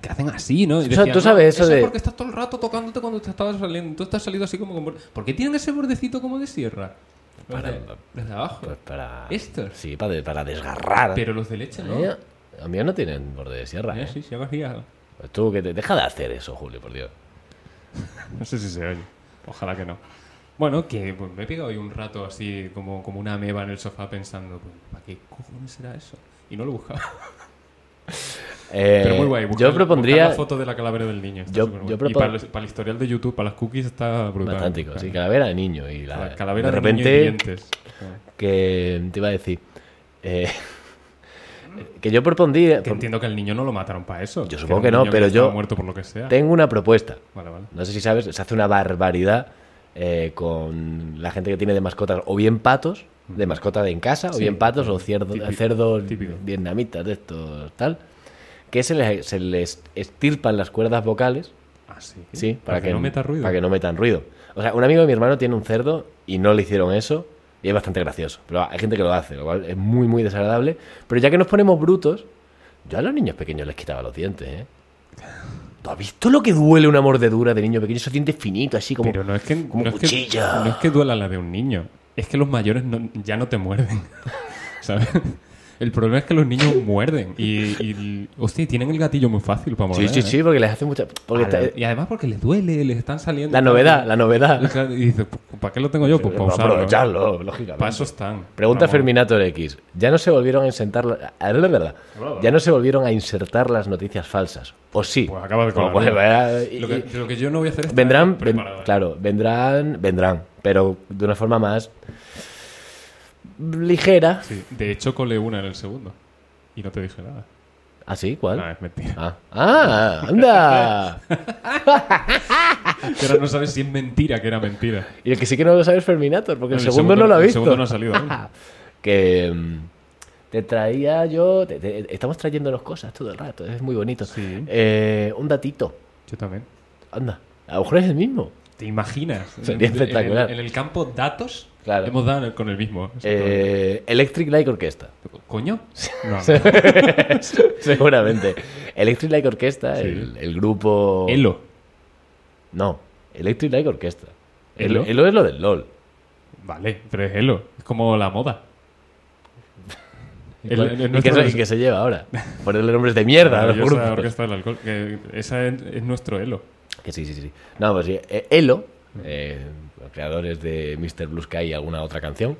[SPEAKER 2] que hacen así, ¿no? Y
[SPEAKER 1] O sea, tú sabes eso de-
[SPEAKER 2] Es porque estás todo el rato tocándote cuando te estabas saliendo. Tú estás salido así como con... bor- ¿Por qué tienen ese bordecito como de sierra? Desde, desde abajo.
[SPEAKER 1] Pues para...
[SPEAKER 2] Estos.
[SPEAKER 1] Sí, para, de- para desgarrar.
[SPEAKER 2] Pero los de leche no.
[SPEAKER 1] Eh, Los míos no tienen borde de sierra,
[SPEAKER 2] Mira,
[SPEAKER 1] ¿eh?
[SPEAKER 2] sí, se haga así, haga.
[SPEAKER 1] Pues tú, que te... deja de hacer eso, Julio, por Dios.
[SPEAKER 2] No sé si se oye. Ojalá que no. Bueno, que pues, me he pegado hoy un rato así como, como una ameba en el sofá pensando, pues, ¿para qué cojones será eso? Y no lo buscaba.
[SPEAKER 1] Eh,
[SPEAKER 2] Pero muy guay. buscar-
[SPEAKER 1] yo propondría...
[SPEAKER 2] buscar la foto de la calavera del niño. está
[SPEAKER 1] Yo-
[SPEAKER 2] superguay.
[SPEAKER 1] yo
[SPEAKER 2] y
[SPEAKER 1] propon-
[SPEAKER 2] para, los- para el historial de YouTube, para las cookies está brutal.
[SPEAKER 1] Fantástico, sí,
[SPEAKER 2] Claro.
[SPEAKER 1] calavera de niño. Y la,
[SPEAKER 2] La Ah, calavera
[SPEAKER 1] de
[SPEAKER 2] del niño y
[SPEAKER 1] repente,
[SPEAKER 2] dientes. Claro.
[SPEAKER 1] que te iba a decir. eh, que yo propondí.
[SPEAKER 2] Que entiendo que el niño no lo mataron para eso.
[SPEAKER 1] Yo supongo
[SPEAKER 2] era
[SPEAKER 1] que
[SPEAKER 2] un
[SPEAKER 1] no,
[SPEAKER 2] niño
[SPEAKER 1] pero
[SPEAKER 2] estaba
[SPEAKER 1] yo
[SPEAKER 2] muerto por lo que sea.
[SPEAKER 1] Tengo una propuesta.
[SPEAKER 2] Vale, vale.
[SPEAKER 1] No sé si sabes, se hace una barbaridad eh, con la gente que tiene de mascotas, o bien patos, de mascota de en casa, o
[SPEAKER 2] Sí.
[SPEAKER 1] bien patos, o cierdo-
[SPEAKER 2] Típico,
[SPEAKER 1] cerdos
[SPEAKER 2] típico.
[SPEAKER 1] vietnamitas de estos, tal. Que se les, se les estirpan las cuerdas vocales
[SPEAKER 2] Ah, sí.
[SPEAKER 1] Sí, para, que,
[SPEAKER 2] no meta ruido.
[SPEAKER 1] Para que no metan ruido. O sea, un amigo de mi hermano tiene un cerdo y no le hicieron eso. Y es bastante gracioso. Pero hay gente que lo hace, lo cual es muy, muy desagradable. Pero ya que nos ponemos brutos, yo a los niños pequeños les quitaba los dientes, ¿eh? ¿Tú has visto lo que duele una mordedura de niño pequeño? Esos dientes finitos, así como.
[SPEAKER 2] Pero no es que,
[SPEAKER 1] como
[SPEAKER 2] no es que,
[SPEAKER 1] cuchilla.
[SPEAKER 2] no es que duela la de un niño. Es que los mayores no- ya no te muerden. ¿Sabes? El problema es que los niños muerden. Y, y- hostia, tienen el gatillo muy fácil para
[SPEAKER 1] sí,
[SPEAKER 2] morder.
[SPEAKER 1] sí,
[SPEAKER 2] ¿eh?
[SPEAKER 1] sí, porque les hace mucha. porque
[SPEAKER 2] A la-
[SPEAKER 1] está-
[SPEAKER 2] Y además porque les duele, les están saliendo.
[SPEAKER 1] la novedad, la novedad.
[SPEAKER 2] Claro, Y dices, ¿para qué lo tengo yo? Pues para
[SPEAKER 1] Pero
[SPEAKER 2] usarlo.
[SPEAKER 1] aprovecharlo, lógicamente.
[SPEAKER 2] Para eso están.
[SPEAKER 1] Pregunta
[SPEAKER 2] Vamos.
[SPEAKER 1] Ferminator X. Ya no se volvieron a insertar la- a ver, la verdad.
[SPEAKER 2] Bravo.
[SPEAKER 1] Ya no se volvieron a insertar las noticias falsas. O sí.
[SPEAKER 2] Pues acaba de
[SPEAKER 1] Como
[SPEAKER 2] colar.
[SPEAKER 1] puede ver, y-
[SPEAKER 2] Lo que, lo que yo no voy a hacer es.
[SPEAKER 1] vendrán, ven-
[SPEAKER 2] preparado, ¿eh?
[SPEAKER 1] claro, vendrán, vendrán, pero de una forma más ligera.
[SPEAKER 2] Sí, de hecho colé una en el segundo. Y no te dije nada.
[SPEAKER 1] ¿Así? ¿Ah, ¿Cuál?
[SPEAKER 2] No, es mentira.
[SPEAKER 1] Ah, ah, anda.
[SPEAKER 2] Pero no sabes si es mentira que era mentira.
[SPEAKER 1] y el que sí que no lo sabe es Ferminator, porque el,
[SPEAKER 2] El
[SPEAKER 1] segundo, no lo ha
[SPEAKER 2] el
[SPEAKER 1] visto.
[SPEAKER 2] segundo no ha salido aún.
[SPEAKER 1] que mm, te traía yo. te- te- estamos trayéndonos cosas todo el rato, es muy bonito.
[SPEAKER 2] Sí.
[SPEAKER 1] Eh, un datito.
[SPEAKER 2] Yo también.
[SPEAKER 1] Anda, a lo mejor es el mismo.
[SPEAKER 2] ¿Te imaginas?
[SPEAKER 1] Sería
[SPEAKER 2] En-
[SPEAKER 1] espectacular.
[SPEAKER 2] En, el- en el campo datos
[SPEAKER 1] Claro.
[SPEAKER 2] hemos dado en el- con el mismo.
[SPEAKER 1] Eh, Electric Light Orchestra,
[SPEAKER 2] ¿Coño? No,
[SPEAKER 1] seguramente. Electric Light Orchestra,
[SPEAKER 2] Sí.
[SPEAKER 1] el, el grupo.
[SPEAKER 2] no. Elo.
[SPEAKER 1] No, Electric Light Orchestra. El,
[SPEAKER 2] ¿Elo?
[SPEAKER 1] Elo es lo del LOL.
[SPEAKER 2] Vale, pero es Elo. Es como la moda. El- el-
[SPEAKER 1] ¿Y,
[SPEAKER 2] nuestro-
[SPEAKER 1] qué se, y qué se lleva ahora? Ponerle nombres de mierda a los
[SPEAKER 2] maravillosa
[SPEAKER 1] grupos.
[SPEAKER 2] orquesta del alcohol. que esa es, es nuestro Elo.
[SPEAKER 1] Que sí, sí, sí. No, pues sí. eh, Elo,
[SPEAKER 2] Mm.
[SPEAKER 1] eh, los creadores de Mr. Blue Sky y alguna otra canción,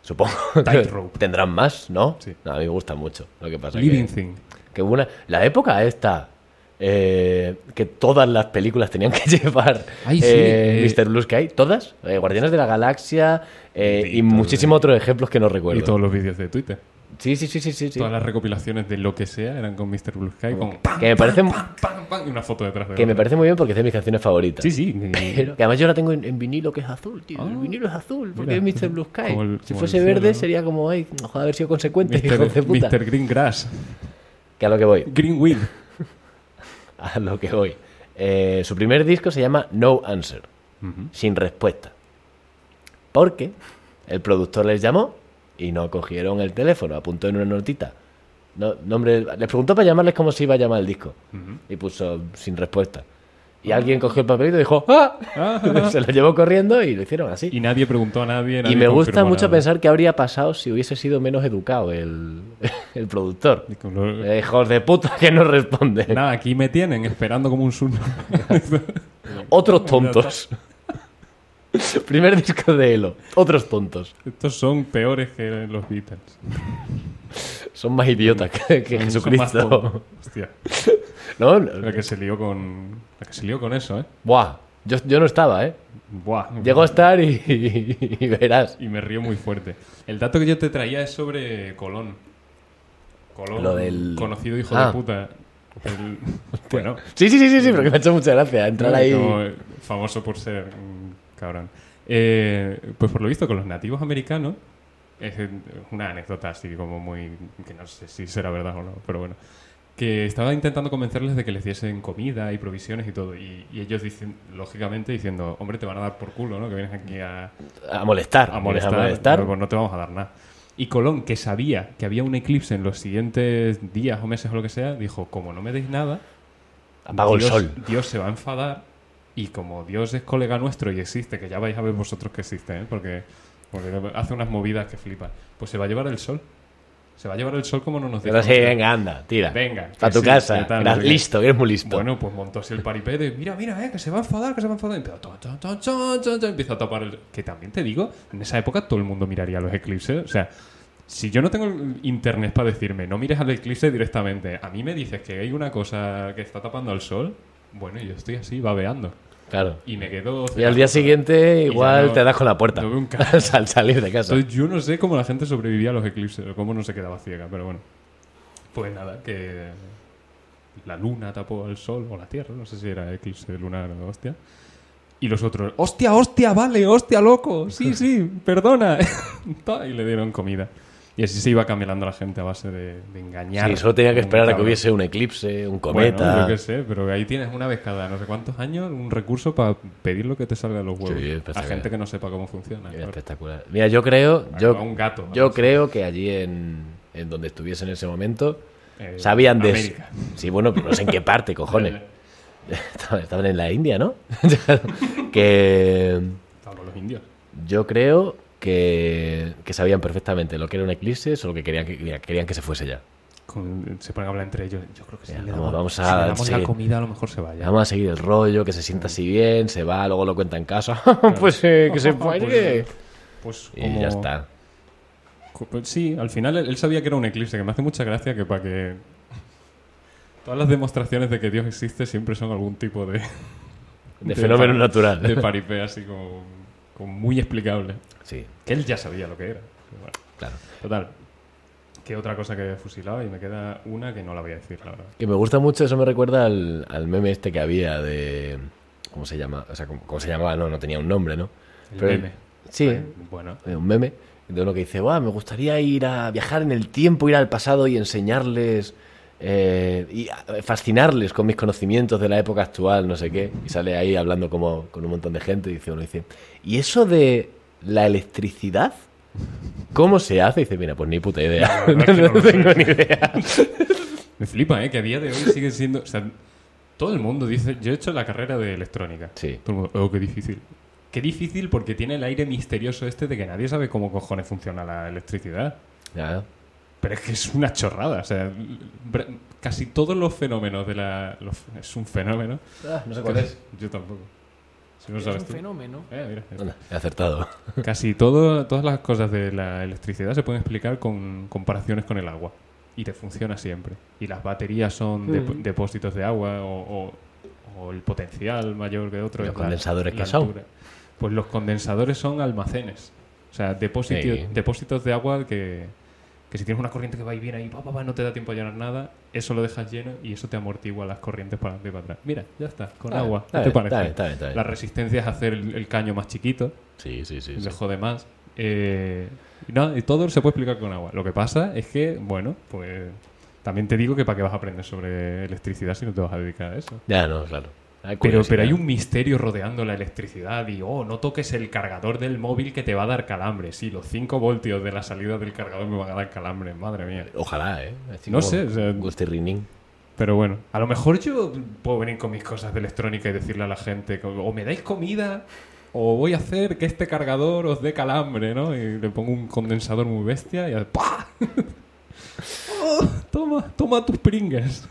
[SPEAKER 1] supongo que
[SPEAKER 2] Tightrope.
[SPEAKER 1] tendrán más, ¿no?
[SPEAKER 2] Sí.
[SPEAKER 1] No, a mí me gusta mucho lo que pasa.
[SPEAKER 2] Living
[SPEAKER 1] que,
[SPEAKER 2] Thing.
[SPEAKER 1] que hubo una- la época esta eh, que todas las películas tenían que llevar
[SPEAKER 2] Ay, sí,
[SPEAKER 1] eh,
[SPEAKER 2] eh.
[SPEAKER 1] Mr. Blue Sky, todas, eh, Guardianes de la Galaxia eh,
[SPEAKER 2] Sí,
[SPEAKER 1] y
[SPEAKER 2] todo,
[SPEAKER 1] muchísimos otros ejemplos que no
[SPEAKER 2] Y todos
[SPEAKER 1] recuerdo.
[SPEAKER 2] los vídeos de Twitter.
[SPEAKER 1] Sí, sí, sí, sí, sí. sí.
[SPEAKER 2] Todas las recopilaciones de lo que sea eran con Mr. Blue Sky. Con
[SPEAKER 1] Que me parece
[SPEAKER 2] pam, pam, pam, y una foto detrás de
[SPEAKER 1] que me
[SPEAKER 2] otra.
[SPEAKER 1] parece muy bien porque es de mis canciones favoritas.
[SPEAKER 2] Sí, sí. y-
[SPEAKER 1] Pero- que además yo la tengo en, en vinilo que es azul, tío. el
[SPEAKER 2] Ah,
[SPEAKER 1] vinilo es azul, porque
[SPEAKER 2] mira.
[SPEAKER 1] es Mr. Blue Sky.
[SPEAKER 2] Como el-
[SPEAKER 1] si
[SPEAKER 2] como
[SPEAKER 1] fuese
[SPEAKER 2] el cielo,
[SPEAKER 1] verde
[SPEAKER 2] ¿no?
[SPEAKER 1] sería como, ay, ojalá haber sido consecuente, hijo de
[SPEAKER 2] Mr.
[SPEAKER 1] puta.
[SPEAKER 2] Mr. Green Grass.
[SPEAKER 1] Que a lo que voy,
[SPEAKER 2] Green Wheel.
[SPEAKER 1] a lo que voy. Eh, su primer disco se llama No Answer, sin respuesta. Porque el productor les llamó y no cogieron el teléfono, apuntó en una notita. No, nombre, les preguntó para llamarles cómo se iba a llamar el disco. Y puso sin respuesta.
[SPEAKER 2] Ah.
[SPEAKER 1] Y alguien cogió el papelito y dijo, ¡ah! Se lo llevó corriendo y lo hicieron así.
[SPEAKER 2] Y nadie preguntó a nadie.
[SPEAKER 1] Y
[SPEAKER 2] nadie
[SPEAKER 1] me gusta
[SPEAKER 2] confirmó
[SPEAKER 1] mucho
[SPEAKER 2] nada.
[SPEAKER 1] pensar qué habría pasado si hubiese sido menos educado el, el productor.
[SPEAKER 2] Digo, lo-
[SPEAKER 1] Eh, Hijos de puta que no responde.
[SPEAKER 2] Nada, aquí me tienen esperando como un suno.
[SPEAKER 1] Otros tontos. Primer disco de Elo. Otros tontos.
[SPEAKER 2] Estos son peores que los Beatles.
[SPEAKER 1] Son más idiotas que, que
[SPEAKER 2] Son más tontos.
[SPEAKER 1] Jesucristo.
[SPEAKER 2] Hostia.
[SPEAKER 1] ¿No?
[SPEAKER 2] La que se lió con. La que se lió con eso, ¿eh?
[SPEAKER 1] Buah. Yo, yo no estaba, ¿eh?
[SPEAKER 2] Buah.
[SPEAKER 1] Llego a estar y, y verás.
[SPEAKER 2] Y me río muy fuerte. El dato que yo te traía es sobre Colón. Colón,
[SPEAKER 1] Lo del-
[SPEAKER 2] conocido hijo
[SPEAKER 1] Ah.
[SPEAKER 2] de puta. El- Bueno,
[SPEAKER 1] Sí, sí, sí, sí, sí, pero que me ha hecho mucha gracia entrar ahí.
[SPEAKER 2] como, eh, famoso por ser un cabrón. Eh, pues por lo visto, con los nativos americanos, es eh, una anécdota así como muy. que no sé si será verdad o no, pero bueno. Que estaba intentando convencerles de que les diesen comida y provisiones y todo. Y, y ellos, dicen, lógicamente, diciendo: Hombre, te van a dar por culo, ¿no? Que vienes aquí a,
[SPEAKER 1] A molestar.
[SPEAKER 2] a molestar,
[SPEAKER 1] A molestar.
[SPEAKER 2] pero pues no te vamos a dar nada. Y Colón, que sabía que había un eclipse en los siguientes días o meses o lo que sea, dijo, como no me deis nada,
[SPEAKER 1] Apago el
[SPEAKER 2] Dios,
[SPEAKER 1] sol.
[SPEAKER 2] Dios se va a enfadar y como Dios es colega nuestro y existe, que ya vais a ver vosotros que existe, ¿eh? porque, porque hace unas movidas que flipan, pues se va a llevar el sol. Se va a llevar el sol como no nos
[SPEAKER 1] Pero
[SPEAKER 2] dijo.
[SPEAKER 1] sí, venga, anda, tira.
[SPEAKER 2] Venga,
[SPEAKER 1] A
[SPEAKER 2] que
[SPEAKER 1] tu
[SPEAKER 2] sí,
[SPEAKER 1] casa.
[SPEAKER 2] que tal,
[SPEAKER 1] Eras
[SPEAKER 2] no sé qué.
[SPEAKER 1] listo, eres muy listo.
[SPEAKER 2] Bueno, pues montó así el paripé de, mira, mira, eh, que se va a enfadar, que se va a enfadar. Y empieza, ton, ton, ton, ton, ton, ton, empieza a tapar el... Que también te digo, en esa época todo el mundo miraría los eclipses. O sea, si yo no tengo el internet para decirme, no mires al eclipse directamente, a mí me dices que hay una cosa que está tapando al sol, bueno, yo estoy así babeando.
[SPEAKER 1] claro.
[SPEAKER 2] Y me quedo...
[SPEAKER 1] Y al día siguiente igual
[SPEAKER 2] no-
[SPEAKER 1] te das con la puerta.
[SPEAKER 2] no veo un carajo.
[SPEAKER 1] al salir de casa.
[SPEAKER 2] Entonces, yo no sé cómo la gente sobrevivía a los eclipses, o cómo no se quedaba ciega, pero bueno. Pues nada, que la luna tapó al sol, o la tierra, no sé si era eclipse lunar o hostia. Y los otros, hostia, hostia, vale, hostia, loco, sí, sí, perdona. Ta, y le dieron comida. Y así se iba cambiando la gente a base de, de engañar.
[SPEAKER 1] Sí, solo tenía que
[SPEAKER 2] Como
[SPEAKER 1] esperar a que
[SPEAKER 2] cabrón.
[SPEAKER 1] hubiese un eclipse, un
[SPEAKER 2] Bueno,
[SPEAKER 1] cometa.
[SPEAKER 2] yo qué sé, pero ahí tienes una vez cada no sé cuántos años un recurso para pedir lo que te salga de los huevos.
[SPEAKER 1] Sí, pues,
[SPEAKER 2] a
[SPEAKER 1] sí.
[SPEAKER 2] gente que no sepa cómo funciona.
[SPEAKER 1] Mira,
[SPEAKER 2] claro.
[SPEAKER 1] espectacular. Mira, yo creo, yo,
[SPEAKER 2] a un gato,
[SPEAKER 1] yo
[SPEAKER 2] vamos.
[SPEAKER 1] creo que allí en, en donde estuviese en ese momento
[SPEAKER 2] Eh,
[SPEAKER 1] sabían de
[SPEAKER 2] América.
[SPEAKER 1] sí, bueno, pero no sé en qué parte, cojones. Estaban estaban en la India, ¿no? que
[SPEAKER 2] Estaba con los indios.
[SPEAKER 1] yo creo que, que sabían perfectamente lo que era un eclipse, solo que querían que querían que se fuese ya.
[SPEAKER 2] con- se ponen a hablar entre ellos. Yo creo que si
[SPEAKER 1] Ya,
[SPEAKER 2] le
[SPEAKER 1] vamos-
[SPEAKER 2] damos,
[SPEAKER 1] vamos a-
[SPEAKER 2] si le damos
[SPEAKER 1] sí.
[SPEAKER 2] la comida, a lo mejor se vaya.
[SPEAKER 1] Vamos a seguir el rollo, que se sienta así bien, se va, luego lo cuenta en casa. pues eh, que se
[SPEAKER 2] Pues,
[SPEAKER 1] vaya.
[SPEAKER 2] Pues
[SPEAKER 1] Y
[SPEAKER 2] como-
[SPEAKER 1] ya está.
[SPEAKER 2] co- pues sí, al final él, él sabía que era un eclipse, que me hace mucha gracia que para que. Todas las demostraciones de que Dios existe siempre son algún tipo de.
[SPEAKER 1] De fenómeno
[SPEAKER 2] par-
[SPEAKER 1] natural.
[SPEAKER 2] De paripé así como, como muy explicable.
[SPEAKER 1] Sí,
[SPEAKER 2] Que él ya sabía lo que era. Pero bueno,
[SPEAKER 1] claro.
[SPEAKER 2] total. Que otra cosa que he fusilado y me queda una que no la voy a decir, la verdad.
[SPEAKER 1] Que me gusta mucho, eso me recuerda al, al meme este que había de. ¿Cómo se llama? O sea, ¿cómo, cómo se llamaba? No, no tenía un nombre, ¿no?
[SPEAKER 2] El
[SPEAKER 1] Pero-
[SPEAKER 2] meme.
[SPEAKER 1] Sí,
[SPEAKER 2] Bueno,
[SPEAKER 1] eh, un meme de uno que dice, "Buah, me gustaría ir a viajar en el tiempo, ir al pasado y enseñarles. eh, y a- fascinarles con mis conocimientos de la época actual, no sé qué. Y sale ahí hablando como con un montón de gente y dice uno dice, ¿y eso de la electricidad? ¿Cómo se hace? Y dice, mira, pues ni puta idea.
[SPEAKER 2] La verdad es que no
[SPEAKER 1] no
[SPEAKER 2] lo sé.
[SPEAKER 1] tengo ni idea.
[SPEAKER 2] Me flipa, ¿eh? Que a día de hoy sigue siendo... O sea, todo el mundo dice... Yo he hecho la carrera de electrónica.
[SPEAKER 1] Sí.
[SPEAKER 2] Todo el mundo, oh, qué difícil. Qué difícil porque tiene el aire misterioso este de que nadie sabe cómo cojones funciona la electricidad.
[SPEAKER 1] Ya.
[SPEAKER 2] Pero es que es una chorrada. O sea, l- bre- casi todos los fenómenos de la... los- es un fenómeno.
[SPEAKER 1] no
[SPEAKER 2] Yo tampoco. Si no sabes
[SPEAKER 5] es un
[SPEAKER 2] tú.
[SPEAKER 5] fenómeno.
[SPEAKER 2] Eh, mira, ya está.
[SPEAKER 1] He acertado.
[SPEAKER 2] Casi todo, todas las cosas de la electricidad se pueden explicar con comparaciones con el agua. Y te funciona siempre. Y las baterías son dep-
[SPEAKER 5] Mm.
[SPEAKER 2] depósitos de agua o, o- o el potencial mayor que otro.
[SPEAKER 1] ¿Y los
[SPEAKER 2] es la-
[SPEAKER 1] condensadores
[SPEAKER 2] la
[SPEAKER 1] qué son?
[SPEAKER 2] altura. Pues los condensadores son almacenes. O sea, depósito-
[SPEAKER 1] Sí.
[SPEAKER 2] depósitos de agua que, que si tienes una corriente que va y viene ahí, pa, pa, pa, no te da tiempo a llenar nada, eso lo dejas lleno y eso te amortigua las corrientes para adelante y para atrás. Mira, ya está, con
[SPEAKER 1] Está
[SPEAKER 2] agua.
[SPEAKER 1] bien,
[SPEAKER 2] ¿Qué
[SPEAKER 1] está
[SPEAKER 2] te
[SPEAKER 1] bien,
[SPEAKER 2] parece?
[SPEAKER 1] está bien, está bien, está bien.
[SPEAKER 2] La resistencia es hacer el- el caño más chiquito
[SPEAKER 1] Sí, sí, sí. sí.
[SPEAKER 2] le jode más. Eh, no, y todo se puede explicar con agua. Lo que pasa es que, bueno, pues también te digo que para qué vas a aprender sobre electricidad si no te vas a dedicar a eso.
[SPEAKER 1] Ya, no, claro.
[SPEAKER 2] Pero,
[SPEAKER 1] curiosidad.
[SPEAKER 2] pero hay un misterio rodeando la electricidad y, oh, no toques el cargador del móvil que te va a dar calambre. Sí, los 5 voltios de la salida del cargador me van a dar calambre, madre mía.
[SPEAKER 1] Ojalá, ¿eh? Así
[SPEAKER 2] No
[SPEAKER 1] como
[SPEAKER 2] sé, o sea-
[SPEAKER 1] Gusty Rinning.
[SPEAKER 2] Pero bueno, a lo mejor yo puedo venir con mis cosas de electrónica y decirle a la gente, o me dais comida, o voy a hacer que este cargador os dé calambre, ¿no? Y le pongo un condensador muy bestia y al- ¡pah! Oh, toma, toma tus pringas.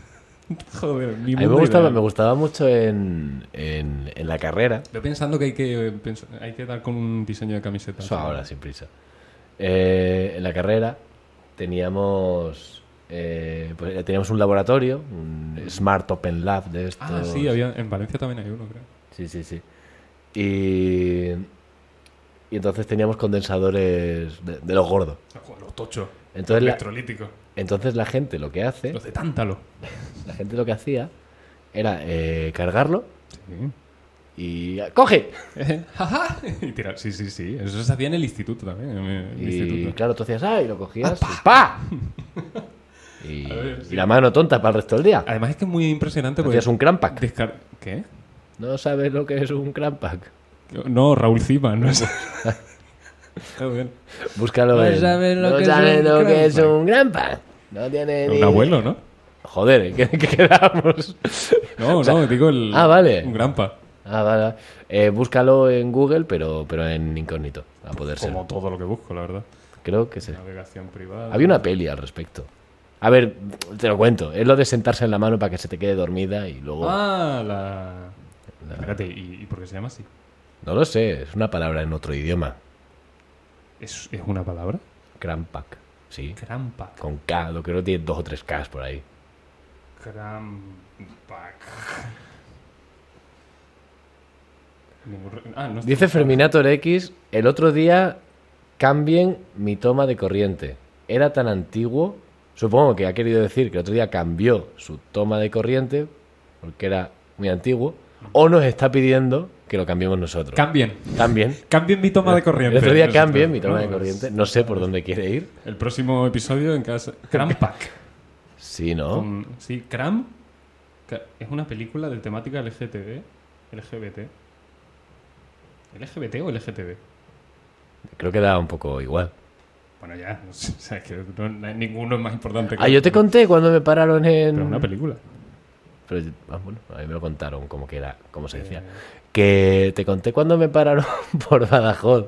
[SPEAKER 2] Joder, mi
[SPEAKER 1] A mí me
[SPEAKER 2] puta
[SPEAKER 1] gustaba,
[SPEAKER 2] idea.
[SPEAKER 1] me gustaba mucho en, en, en la carrera.
[SPEAKER 2] Yo pensando que hay que, eh, pens- hay que dar con un diseño de camiseta.
[SPEAKER 1] Eso ahora, sin prisa. Eh, en la carrera teníamos, eh, pues, teníamos un laboratorio, un Smart Open Lab de estos.
[SPEAKER 2] Ah, sí, había, en Valencia también hay uno, creo.
[SPEAKER 1] Sí, sí, sí. Y, y entonces teníamos condensadores de, de los gordos.
[SPEAKER 2] Ojo, Ah, Los tochos.
[SPEAKER 1] Entonces la-
[SPEAKER 2] electrolíticos.
[SPEAKER 1] Entonces la gente lo que hace,
[SPEAKER 2] Los de tántalo.
[SPEAKER 1] la gente lo que hacía era eh, cargarlo
[SPEAKER 2] Sí.
[SPEAKER 1] y ¡coge!
[SPEAKER 2] Ajá. y tirar. Sí, sí, sí. Eso se hacía en el instituto también. En el
[SPEAKER 1] Y
[SPEAKER 2] instituto.
[SPEAKER 1] claro, tú hacías ¡ah! y lo cogías y ¡pa! Y,
[SPEAKER 2] A ver,
[SPEAKER 1] y
[SPEAKER 2] sí. Ah, pues.
[SPEAKER 1] la mano tonta para el resto del día.
[SPEAKER 2] Además es que es muy impresionante porque...
[SPEAKER 1] Hacías un crampack.
[SPEAKER 2] descar- ¿Qué?
[SPEAKER 1] ¿No sabes lo que es un crampack?
[SPEAKER 2] No, Raúl Cima, no Ah, es... Joder.
[SPEAKER 1] Búscalo
[SPEAKER 2] No
[SPEAKER 1] en-
[SPEAKER 2] sabes lo
[SPEAKER 1] no
[SPEAKER 2] que es
[SPEAKER 1] sabes
[SPEAKER 2] un
[SPEAKER 1] lo que es
[SPEAKER 2] crampack.
[SPEAKER 1] un crampack. No tiene ni...
[SPEAKER 2] Un abuelo, ¿no?
[SPEAKER 1] Joder, ¿en qué, en qué quedamos?
[SPEAKER 2] No, no, digo el...
[SPEAKER 1] Ah, vale.
[SPEAKER 2] Un grampa.
[SPEAKER 1] Ah, vale. vale. Eh, búscalo en Google, pero, pero en incógnito, a poder ser.
[SPEAKER 2] Como todo lo que busco, la verdad.
[SPEAKER 1] Creo que sí.
[SPEAKER 2] Navegación privada.
[SPEAKER 1] Había una peli al respecto. A ver, te lo cuento. Es lo de sentarse en la mano para que se te quede dormida y luego...
[SPEAKER 2] Ah, la... Espérate, ¿y, y por qué se llama así?
[SPEAKER 1] No lo sé, es una palabra en otro idioma.
[SPEAKER 2] ¿Es, es una palabra?
[SPEAKER 1] Crampack, sí.
[SPEAKER 2] Crampac.
[SPEAKER 1] Con K, lo creo que tiene dos o tres Ks por ahí.
[SPEAKER 2] Crampac. Ningún re- Ah, no está-
[SPEAKER 1] Dice Ferminator X, el otro día cambien mi toma de corriente. Era tan antiguo, supongo que ha querido decir que el otro día cambió su toma de corriente, porque era muy antiguo, o nos está pidiendo que lo cambiemos nosotros.
[SPEAKER 2] Cambien.
[SPEAKER 1] También.
[SPEAKER 2] Cambien mi toma de
[SPEAKER 1] El
[SPEAKER 2] corriente.
[SPEAKER 1] otro día
[SPEAKER 2] Eso
[SPEAKER 1] cambien
[SPEAKER 2] está-
[SPEAKER 1] mi toma de
[SPEAKER 2] no,
[SPEAKER 1] corriente,
[SPEAKER 2] es-
[SPEAKER 1] no sé por dónde quiere ir.
[SPEAKER 2] El próximo episodio en casa. Crampac.
[SPEAKER 1] Sí, ¿no?
[SPEAKER 2] Con- sí, Cram. Ca- Es una película de temática LGTB. LGBT. ¿LGBT o LGTB?
[SPEAKER 1] Creo que da un poco igual.
[SPEAKER 2] Bueno, ya. no sé, o sea, que no- no- ninguno es más importante que
[SPEAKER 1] Ah, yo te conté cuando me pararon en...
[SPEAKER 2] Pero una película.
[SPEAKER 1] Pero, ah, bueno, a mí me lo contaron como que era, como se decía.
[SPEAKER 2] Eh.
[SPEAKER 1] Que te conté cuando me pararon por Badajoz.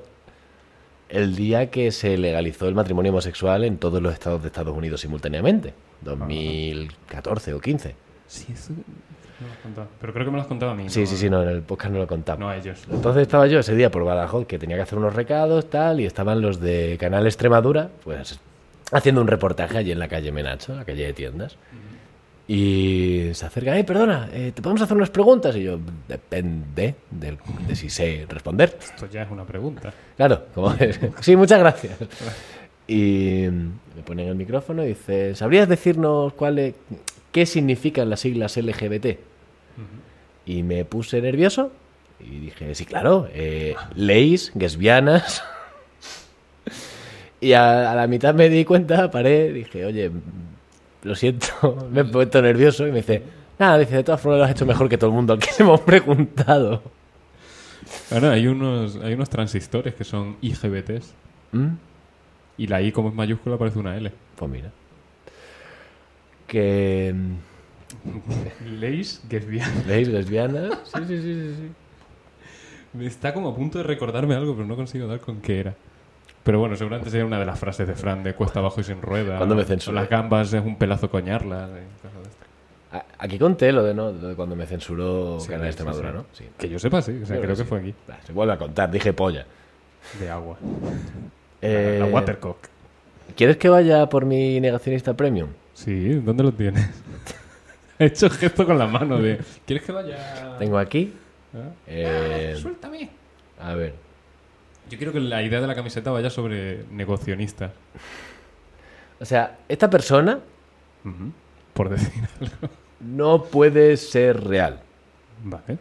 [SPEAKER 1] El día que se legalizó el matrimonio homosexual en todos los estados de Estados Unidos
[SPEAKER 2] Ah.
[SPEAKER 1] simultáneamente. 2014 o 15.
[SPEAKER 2] Sí, eso. No me lo has contado. Pero creo que me lo has contado a mí.
[SPEAKER 1] Sí, sí, sí, no, en el podcast no lo contamos.
[SPEAKER 2] No a ellos.
[SPEAKER 1] Entonces estaba yo ese día por Badajoz, que tenía que hacer unos recados, tal, y estaban los de Canal Extremadura, pues haciendo un reportaje allí en la calle Menacho, la calle de tiendas. Y se acerca, eh, perdona, eh, ¿te podemos hacer unas preguntas? Y yo, depende del- de si sé responder.
[SPEAKER 2] Esto ya es una pregunta.
[SPEAKER 1] Claro, como sí, muchas gracias. Y mm, me ponen el micrófono y dice, ¿sabrías decirnos cuál es- qué significan las siglas LGBT? Y me puse nervioso y dije, sí, claro, eh, leis, lesbianas. y a, a la mitad me di cuenta, paré, dije, oye, lo siento, me he puesto nervioso y me dice, nada, dice, de todas formas lo has hecho mejor que todo el mundo al que le hemos preguntado.
[SPEAKER 2] Ahora, hay unos, hay unos transistores que son IGBTs.
[SPEAKER 1] ¿Mm?
[SPEAKER 2] Y la I, como es mayúscula, parece una L.
[SPEAKER 1] Pues mira. Que. mm,
[SPEAKER 2] Leis Gesbian.
[SPEAKER 1] ¿Veis lesbianas? Sí, sí, sí, sí, sí.
[SPEAKER 2] Está como a punto de recordarme algo, pero no consigo dar con qué era. Pero bueno, seguramente sería una de las frases de Fran de cuesta abajo y sin rueda.
[SPEAKER 1] ¿Cuándo me
[SPEAKER 2] o
[SPEAKER 1] censuré?
[SPEAKER 2] Las gambas es un pelazo coñarlas. eh, cosas de estas.
[SPEAKER 1] A- Aquí conté lo de, ¿no? lo de cuando me censuró
[SPEAKER 2] Sí,
[SPEAKER 1] Canal
[SPEAKER 2] sí,
[SPEAKER 1] Extremadura,
[SPEAKER 2] sí.
[SPEAKER 1] ¿no? Sí.
[SPEAKER 2] Que yo sepa, sí. O sea,
[SPEAKER 1] Creo
[SPEAKER 2] creo,
[SPEAKER 1] que
[SPEAKER 2] que
[SPEAKER 1] sí.
[SPEAKER 2] fue aquí.
[SPEAKER 1] Bah, Se vuelve a contar, dije polla.
[SPEAKER 2] De agua.
[SPEAKER 1] Eh,
[SPEAKER 2] La Watercock.
[SPEAKER 1] ¿Quieres que vaya por mi negacionista premium?
[SPEAKER 2] Sí, ¿dónde lo tienes? He hecho gesto con la mano de... ¿Quieres que vaya...?
[SPEAKER 1] Tengo aquí.
[SPEAKER 2] ¿Ah?
[SPEAKER 1] eh,
[SPEAKER 2] Suéltame.
[SPEAKER 1] a ver.
[SPEAKER 2] Yo quiero que la idea de la camiseta vaya sobre negocionistas.
[SPEAKER 1] O sea, esta persona
[SPEAKER 2] Ujú. Por decir algo.
[SPEAKER 1] no puede ser real.
[SPEAKER 2] Vale.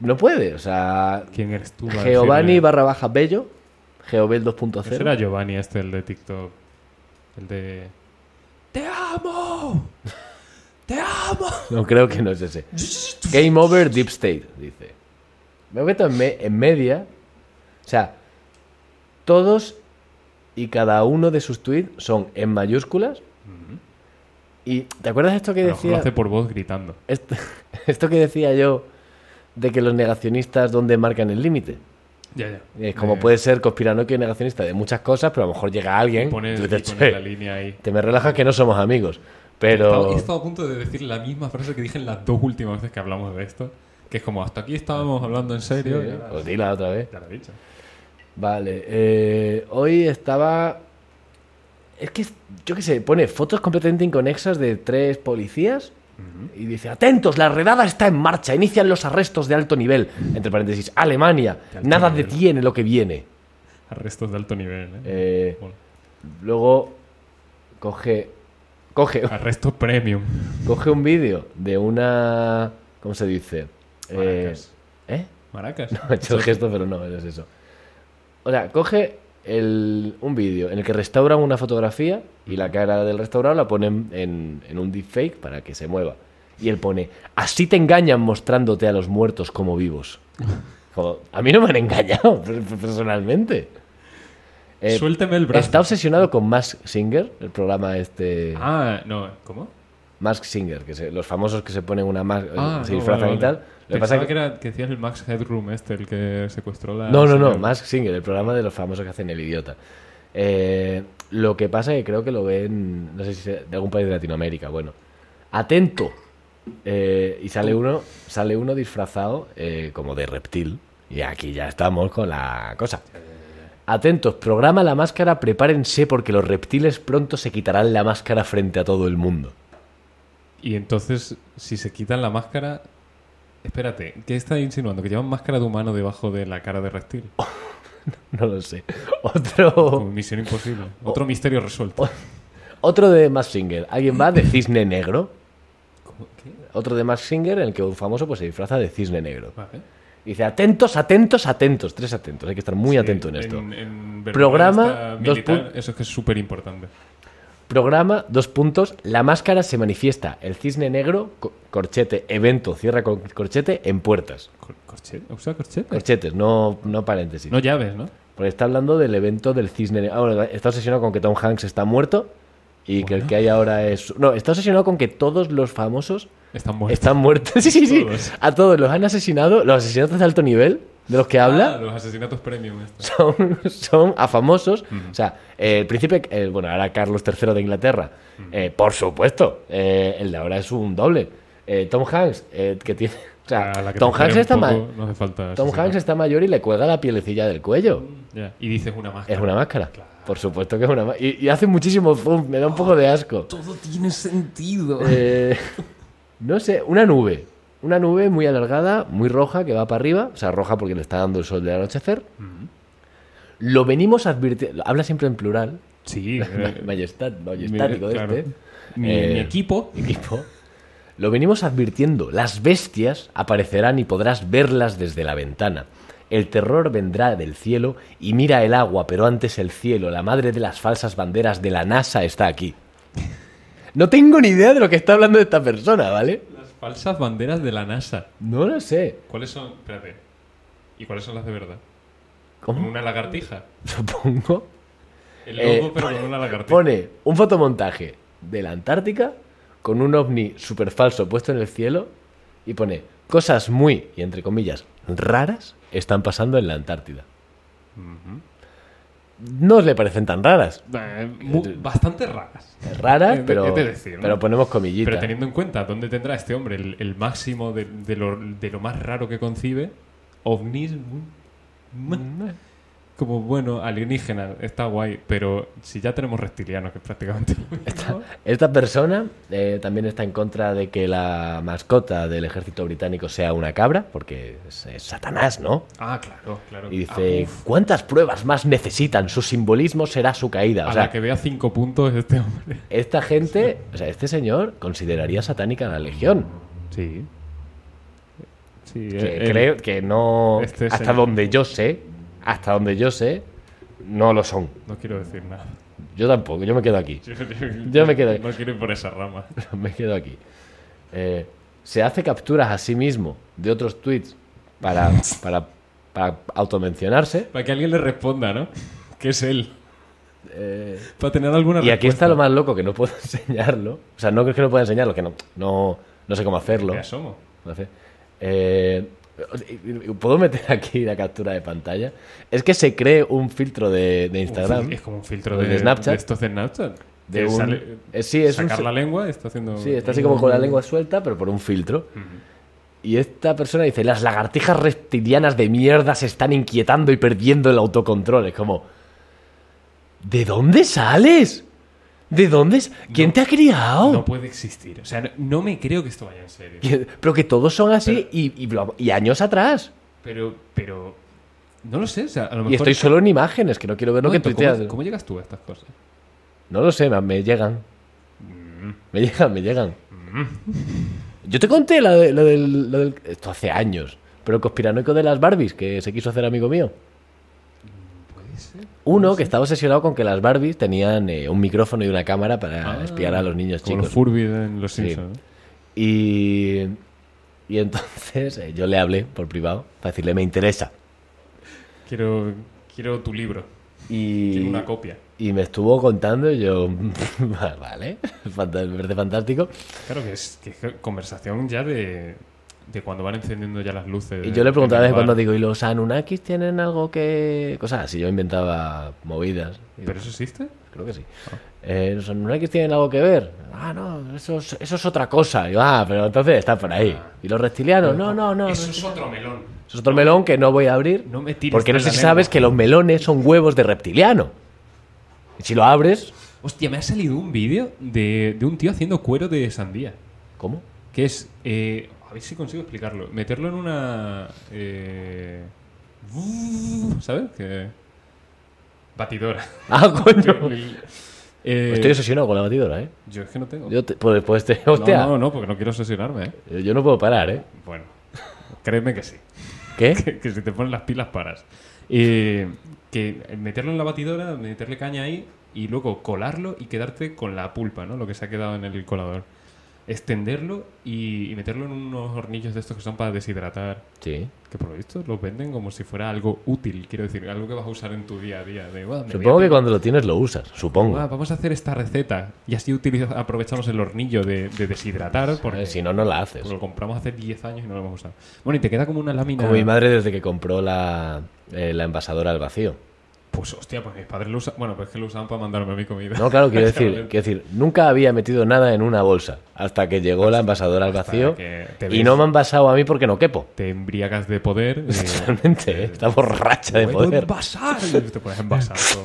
[SPEAKER 1] No puede. O sea,
[SPEAKER 2] ¿Quién eres tú? para
[SPEAKER 1] Giovanni
[SPEAKER 2] decirle?
[SPEAKER 1] barra baja Bello. Geobel
[SPEAKER 2] ¿No será
[SPEAKER 1] 2.0.
[SPEAKER 2] Giovanni este, el de TikTok? El de... ¡Te amo! ¡Te amo!
[SPEAKER 1] No creo que no es ese. Game over Deep State, dice. Me he metido en, me- en media. O sea, todos y cada uno de sus tweets son en mayúsculas. Y ¿te acuerdas esto que
[SPEAKER 2] A lo mejor lo
[SPEAKER 1] decía?
[SPEAKER 2] hace por voz gritando.
[SPEAKER 1] Esto, esto que decía yo de que los negacionistas donde marcan el límite.
[SPEAKER 2] Ya, ya.
[SPEAKER 1] Es como
[SPEAKER 2] Eh,
[SPEAKER 1] puede ser conspiranoico y negacionista de muchas cosas, pero a lo mejor llega alguien
[SPEAKER 2] Pone,
[SPEAKER 1] y tú
[SPEAKER 2] sí,
[SPEAKER 1] dices,
[SPEAKER 2] pone
[SPEAKER 1] "Che,
[SPEAKER 2] la línea ahí.
[SPEAKER 1] te me relajas que no somos amigos.
[SPEAKER 2] Estaba-
[SPEAKER 1] Pero
[SPEAKER 2] He estado a punto de decir la misma frase que dije en las dos últimas veces que hablamos de esto. Que es como, hasta aquí estábamos hablando en serio. y ahora-
[SPEAKER 1] os pues dila otra vez.
[SPEAKER 2] Ya lo he dicho.
[SPEAKER 1] Vale, eh, hoy estaba... Es que, yo qué sé, pone fotos completamente inconexas de tres policías y dice, atentos, la redada está en marcha, inician los arrestos de alto nivel. Entre paréntesis, Alemania,
[SPEAKER 2] De alto
[SPEAKER 1] nada
[SPEAKER 2] nivel.
[SPEAKER 1] detiene lo que viene.
[SPEAKER 2] Arrestos de alto nivel. ¿eh?
[SPEAKER 1] Eh,
[SPEAKER 2] Bueno,
[SPEAKER 1] Luego coge, coge,
[SPEAKER 2] Arrestos premium.
[SPEAKER 1] coge un vídeo de una... ¿Cómo se dice? Eh,
[SPEAKER 2] Maracas.
[SPEAKER 1] ¿Eh?
[SPEAKER 2] Maracas.
[SPEAKER 1] No, he hecho el gesto, pero no, no es eso. O sea, coge el- un vídeo en el que restauran una fotografía y la cara del restaurado la ponen en, en un deepfake para que se mueva. Y él pone, así te engañan mostrándote a los muertos como vivos. Como, a mí no me han engañado per- per- personalmente. Eh,
[SPEAKER 2] Suélteme el brazo.
[SPEAKER 1] Está obsesionado con Mask Singer, el programa este...
[SPEAKER 2] Ah, no, ¿cómo?
[SPEAKER 1] Mask Singer, que se- los famosos que se ponen una máscara,
[SPEAKER 2] Ah,
[SPEAKER 1] se
[SPEAKER 2] no,
[SPEAKER 1] disfrazan
[SPEAKER 2] vale,
[SPEAKER 1] y tal.
[SPEAKER 2] vale.
[SPEAKER 1] Lo que
[SPEAKER 2] Pensaba
[SPEAKER 1] pasa es
[SPEAKER 2] que, era que decías el Max Headroom este, el que secuestró la...
[SPEAKER 1] No, no, no,
[SPEAKER 2] señora.
[SPEAKER 1] Mask Singer, el programa de los famosos que hacen el idiota. Eh, lo que pasa es que creo que lo ven, no sé si es de algún país de Latinoamérica, bueno. Atento. Eh, y sale uno, sale uno disfrazado eh, como de reptil. Y aquí ya estamos con la cosa. Atentos, programa la máscara, prepárense porque los reptiles pronto se quitarán la máscara frente a todo el mundo.
[SPEAKER 2] Y entonces, si se quitan la máscara... Espérate, ¿qué está insinuando? ¿Que llevan máscara de humano debajo de la cara de reptil?
[SPEAKER 1] Oh. No lo sé. Otro...
[SPEAKER 2] Como misión imposible. Otro
[SPEAKER 1] Oh.
[SPEAKER 2] misterio resuelto.
[SPEAKER 1] Otro de Mask Singer. Alguien va de cisne negro.
[SPEAKER 2] ¿Cómo? ¿Qué?
[SPEAKER 1] Otro de Mask Singer en el que un famoso pues, se disfraza de cisne negro.
[SPEAKER 2] Vale.
[SPEAKER 1] Y dice, atentos, atentos, atentos. Tres atentos. Hay que estar muy
[SPEAKER 2] Sí,
[SPEAKER 1] atento en esto.
[SPEAKER 2] en Bermuda
[SPEAKER 1] Programa,
[SPEAKER 2] está
[SPEAKER 1] dos
[SPEAKER 2] militar,
[SPEAKER 1] pun-
[SPEAKER 2] Eso es que es súper importante.
[SPEAKER 1] Programa, dos puntos. La máscara se manifiesta. El cisne negro, co- corchete, evento, cierra con corchete en puertas.
[SPEAKER 2] Cor- ¿Corchete? ¿Usa corchete?
[SPEAKER 1] Corchetes, no, no paréntesis.
[SPEAKER 2] No llaves, ¿no?
[SPEAKER 1] Porque está hablando del evento del cisne negro. Ah, bueno, está obsesionado con que Tom Hanks está muerto. Y que el que hay ahora es. No, está obsesionado con que todos los famosos
[SPEAKER 2] Están muertos.
[SPEAKER 1] Están muertos. Sí, sí, sí.
[SPEAKER 2] Todos.
[SPEAKER 1] A todos los han asesinado. Los asesinatos de alto nivel de los que
[SPEAKER 2] Ah,
[SPEAKER 1] habla
[SPEAKER 2] los asesinatos premium. estos.
[SPEAKER 1] son, son a famosos. O sea, eh, el príncipe, eh, bueno, ahora Carlos III de Inglaterra, eh, por supuesto. eh, el de ahora es un doble. Eh, Tom Hanks, eh, que tiene. O sea,
[SPEAKER 2] A Ah, la que
[SPEAKER 1] Tom,
[SPEAKER 2] prefiere
[SPEAKER 1] Hanks
[SPEAKER 2] un
[SPEAKER 1] está
[SPEAKER 2] poco,
[SPEAKER 1] mal,
[SPEAKER 2] No hace falta.
[SPEAKER 1] Tom
[SPEAKER 2] asesinar.
[SPEAKER 1] Hanks está mayor y le cuelga la pielecilla del cuello.
[SPEAKER 2] Ya, Y dices una máscara.
[SPEAKER 1] Es una máscara. Por supuesto que es una máscara. Y, y hace muchísimo zoom, me da un poco de asco.
[SPEAKER 2] Todo tiene sentido.
[SPEAKER 1] Eh, no sé, una nube. Una nube muy alargada, muy roja, que va para arriba. O sea, roja porque le está dando el sol del anochecer. Lo venimos advirtiendo. Habla siempre en plural.
[SPEAKER 2] Sí. eh,
[SPEAKER 1] Majestad,
[SPEAKER 2] mi-
[SPEAKER 1] majestático
[SPEAKER 2] claro.
[SPEAKER 1] este.
[SPEAKER 2] Mi,
[SPEAKER 1] Eh,
[SPEAKER 2] mi equipo.
[SPEAKER 1] Equipo. Lo venimos advirtiendo. Las bestias aparecerán y podrás verlas desde la ventana. El terror vendrá del cielo y mira el agua, pero antes el cielo. La madre de las falsas banderas de la NASA está aquí. No tengo ni idea de lo que está hablando esta persona, ¿vale?
[SPEAKER 2] Las falsas banderas de la NASA.
[SPEAKER 1] No lo sé.
[SPEAKER 2] ¿Cuáles son? Espérate. ¿Y cuáles son las de verdad? Con
[SPEAKER 1] ¿Cómo?
[SPEAKER 2] una lagartija.
[SPEAKER 1] Supongo.
[SPEAKER 2] El
[SPEAKER 1] Eh,
[SPEAKER 2] logo, pero con una lagartija.
[SPEAKER 1] Pone un fotomontaje de la Antártica con un ovni super falso puesto en el cielo y pone cosas muy, y entre comillas, raras están pasando en la Antártida. No os le parecen tan raras.
[SPEAKER 2] Eh, mu- bastante raras.
[SPEAKER 1] Raras,
[SPEAKER 2] He de-
[SPEAKER 1] pero,
[SPEAKER 2] he de decir, ¿no?
[SPEAKER 1] pero ponemos comillitas.
[SPEAKER 2] Pero teniendo en cuenta dónde tendrá este hombre el, el máximo de, de lo, de lo más raro que concibe, ovnis. mm, mm, Como bueno, alienígena, está guay, pero si ya tenemos reptilianos, que es prácticamente lo mismo,
[SPEAKER 1] Esta persona eh, también está en contra de que la mascota del ejército británico sea una cabra, porque es- es Satanás, ¿no?
[SPEAKER 2] Ah, claro, claro.
[SPEAKER 1] Y
[SPEAKER 2] Ah,
[SPEAKER 1] dice,
[SPEAKER 2] uf,
[SPEAKER 1] ¿cuántas pruebas más necesitan? Su simbolismo será su caída. O
[SPEAKER 2] a
[SPEAKER 1] sea,
[SPEAKER 2] la que vea cinco puntos este hombre.
[SPEAKER 1] esta gente, o sea, este señor consideraría satánica a la legión.
[SPEAKER 2] Sí. Sí,
[SPEAKER 1] Que
[SPEAKER 2] eh,
[SPEAKER 1] creo que no...
[SPEAKER 2] este
[SPEAKER 1] hasta
[SPEAKER 2] señor.
[SPEAKER 1] donde yo sé, hasta donde yo sé, no lo son.
[SPEAKER 2] No quiero decir nada.
[SPEAKER 1] Yo tampoco, yo me quedo aquí.
[SPEAKER 2] Yo,
[SPEAKER 1] Yo me quedo ahí.
[SPEAKER 2] No quiero ir por esa rama.
[SPEAKER 1] Me quedo aquí. Eh, se hace capturas a sí mismo de otros tweets para, para, para automencionarse.
[SPEAKER 2] Para que alguien le responda, ¿no? Que es él.
[SPEAKER 1] eh,
[SPEAKER 2] Para tener alguna
[SPEAKER 1] y aquí
[SPEAKER 2] respuesta.
[SPEAKER 1] está lo más loco, que no puedo enseñarlo. O sea, no es que no pueda enseñarlo, que no, no, no sé cómo hacerlo.
[SPEAKER 2] Me asomo.
[SPEAKER 1] No sé. Eh, ¿Puedo meter aquí la captura de pantalla? Es que se cree un filtro de, de
[SPEAKER 2] Un
[SPEAKER 1] Instagram.
[SPEAKER 2] fil- Es como un filtro
[SPEAKER 1] O
[SPEAKER 2] de,
[SPEAKER 1] de Snapchat.
[SPEAKER 2] de estos de Snapchat.
[SPEAKER 1] De
[SPEAKER 2] Que
[SPEAKER 1] un-
[SPEAKER 2] sale-
[SPEAKER 1] eh, sí, es un
[SPEAKER 2] sacar
[SPEAKER 1] fi-
[SPEAKER 2] la lengua está haciendo. Mm.
[SPEAKER 1] Sí, está así como con la lengua suelta, pero por un filtro. Y esta persona dice, las lagartijas reptilianas de mierda se están inquietando y perdiendo el autocontrol. Es como, ¿de dónde sales? ¿De dónde? s- ¿Quién te ha criado?
[SPEAKER 2] No puede existir. O sea, no, no me creo que esto vaya en serio.
[SPEAKER 1] Que- Pero que todos son así y, y lo- y años atrás.
[SPEAKER 2] Pero, pero. No lo sé. O sea, a lo mejor.
[SPEAKER 1] Y estoy solo en imágenes, que no quiero ver lo que
[SPEAKER 2] Momento,
[SPEAKER 1] tuiteas.
[SPEAKER 2] ¿cómo, cómo llegas tú a estas cosas?
[SPEAKER 1] No lo sé, me, me llegan. Me llegan, me llegan. Yo te conté la de- lo, del, lo del- Esto hace años. Pero el conspiranoico de las Barbies, que se quiso hacer amigo mío.
[SPEAKER 2] Puede ser.
[SPEAKER 1] Uno que estaba obsesionado con que las Barbies tenían eh, un micrófono y una cámara para
[SPEAKER 2] Ah,
[SPEAKER 1] espiar a los niños
[SPEAKER 2] Como
[SPEAKER 1] chicos.
[SPEAKER 2] los Furby en los
[SPEAKER 1] Sí.
[SPEAKER 2] Simpsons. ¿no?
[SPEAKER 1] Y, y entonces eh, yo le hablé por privado para decirle, me interesa.
[SPEAKER 2] Quiero, quiero tu libro.
[SPEAKER 1] Y,
[SPEAKER 2] Quiero una copia.
[SPEAKER 1] Y me estuvo contando y yo, vale, fanta- me parece fantástico.
[SPEAKER 2] Claro que es, que es conversación ya de, de cuando van encendiendo ya las luces.
[SPEAKER 1] Y yo le preguntaba
[SPEAKER 2] en
[SPEAKER 1] de
[SPEAKER 2] el
[SPEAKER 1] cuando
[SPEAKER 2] bar.
[SPEAKER 1] digo, ¿y los Anunnakis tienen algo que...? Cosas así, yo inventaba movidas. Y
[SPEAKER 2] ¿Pero eso existe?
[SPEAKER 1] Creo que sí.
[SPEAKER 2] Ah.
[SPEAKER 1] Eh, ¿Los Anunnakis tienen algo que ver? Ah, no, eso es, eso es otra cosa. Y yo, ah, pero entonces está por ahí. ¿Y los reptilianos? No, no, no.
[SPEAKER 2] Eso
[SPEAKER 1] no.
[SPEAKER 2] es otro melón.
[SPEAKER 1] Eso es otro melón que no voy a abrir.
[SPEAKER 2] No me tires
[SPEAKER 1] porque no
[SPEAKER 2] de
[SPEAKER 1] sé
[SPEAKER 2] la
[SPEAKER 1] si sabes
[SPEAKER 2] lengua.
[SPEAKER 1] que los melones son huevos de reptiliano. Y si lo abres...
[SPEAKER 2] Hostia, me ha salido un vídeo de, de un tío haciendo cuero de sandía.
[SPEAKER 1] ¿Cómo?
[SPEAKER 2] Que es. eh, a ver si consigo explicarlo. Meterlo en una. eh, ¿Sabes? Que. Batidora.
[SPEAKER 1] Ah, coño.
[SPEAKER 2] Eh,
[SPEAKER 1] Estoy obsesionado con la batidora, ¿eh?
[SPEAKER 2] Yo es que no tengo.
[SPEAKER 1] Yo te- pues, pues te-
[SPEAKER 2] no,
[SPEAKER 1] hostia,
[SPEAKER 2] no, no, porque no quiero obsesionarme, ¿eh?
[SPEAKER 1] Yo, yo no puedo parar, ¿eh?
[SPEAKER 2] Bueno, créeme que sí.
[SPEAKER 1] ¿Qué?
[SPEAKER 2] Que, que si te ponen las pilas paras. Eh, que meterlo en la batidora, meterle caña ahí y luego colarlo y quedarte con la pulpa, ¿no? Lo que se ha quedado en el colador. Extenderlo y, y meterlo en unos hornillos de estos que son para deshidratar.
[SPEAKER 1] Sí.
[SPEAKER 2] Que por lo visto los venden como si fuera algo útil, quiero decir, algo que vas a usar en tu día a día. De, "Buah, me voy a Ah,
[SPEAKER 1] Supongo que
[SPEAKER 2] picar".
[SPEAKER 1] cuando lo tienes lo usas,
[SPEAKER 2] "Buah,
[SPEAKER 1] supongo.
[SPEAKER 2] vamos a hacer esta receta y así utiliza- aprovechamos el hornillo de, de deshidratar porque
[SPEAKER 1] Eh, Si no, no la haces.
[SPEAKER 2] pues lo compramos hace 10 años y no lo hemos usado. Bueno, y te queda como una lámina.
[SPEAKER 1] Como mi madre desde que compró la, eh, la envasadora al vacío.
[SPEAKER 2] Pues hostia, pues mis padres lo usan. Bueno, pues es que lo usaban para mandarme mi comida. ¿eh?
[SPEAKER 1] No, claro, quiero decir,
[SPEAKER 2] Claramente.
[SPEAKER 1] quiero decir, nunca había metido nada en una bolsa hasta que llegó la envasadora al
[SPEAKER 2] hasta
[SPEAKER 1] vacío
[SPEAKER 2] que te
[SPEAKER 1] y
[SPEAKER 2] ves.
[SPEAKER 1] no me han envasado a mí porque no quepo.
[SPEAKER 2] Te embriagas de poder. eh,
[SPEAKER 1] Realmente, ¿eh? está borracha de
[SPEAKER 2] "Puedo
[SPEAKER 1] poder.
[SPEAKER 2] envasar. Y te puedes envasar todo.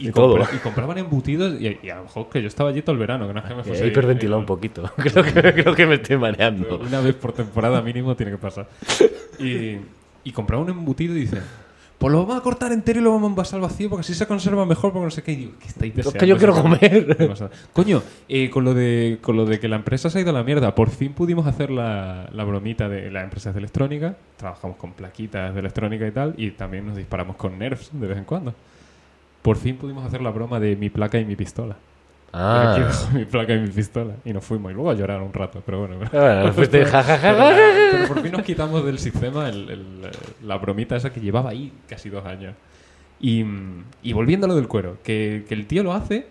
[SPEAKER 2] Y, y
[SPEAKER 1] Y todo.
[SPEAKER 2] compra- y compraban embutidos y, y a lo mejor que yo estaba allí todo el verano, que no es que me
[SPEAKER 1] Eh,
[SPEAKER 2] fuese.
[SPEAKER 1] He hiperventilado un poquito. Creo que, creo que me estoy mareando.
[SPEAKER 2] Una vez por temporada mínimo tiene que pasar. Y, y compraba un embutido y dicen, pues lo vamos a cortar entero y lo vamos a envasar al vacío porque así se conserva mejor porque no sé qué. Y digo, ¿qué estáis
[SPEAKER 1] Es
[SPEAKER 2] deseando?
[SPEAKER 1] que yo quiero
[SPEAKER 2] ¿Qué
[SPEAKER 1] comer.
[SPEAKER 2] pasa? Coño, eh, con, lo de, con lo de que la empresa se ha ido a la mierda, por fin pudimos hacer la, la bromita de las empresas de electrónica. Trabajamos con plaquitas de electrónica y tal, y también nos disparamos con nerfs de vez en cuando. Por fin pudimos hacer la broma de mi placa y mi pistola. Aquí
[SPEAKER 1] Ah.
[SPEAKER 2] dejo mi placa y mi pistola. Y nos fuimos. Y luego a llorar un rato, pero bueno. pero-
[SPEAKER 1] Bueno, fuiste ja, ja, ja,
[SPEAKER 2] pero,
[SPEAKER 1] ja, ja.
[SPEAKER 2] pero por fin nos quitamos del sistema el- el- la bromita esa que llevaba ahí casi dos años. Y, mm, y volviendo a lo del cuero, que, que el tío lo hace,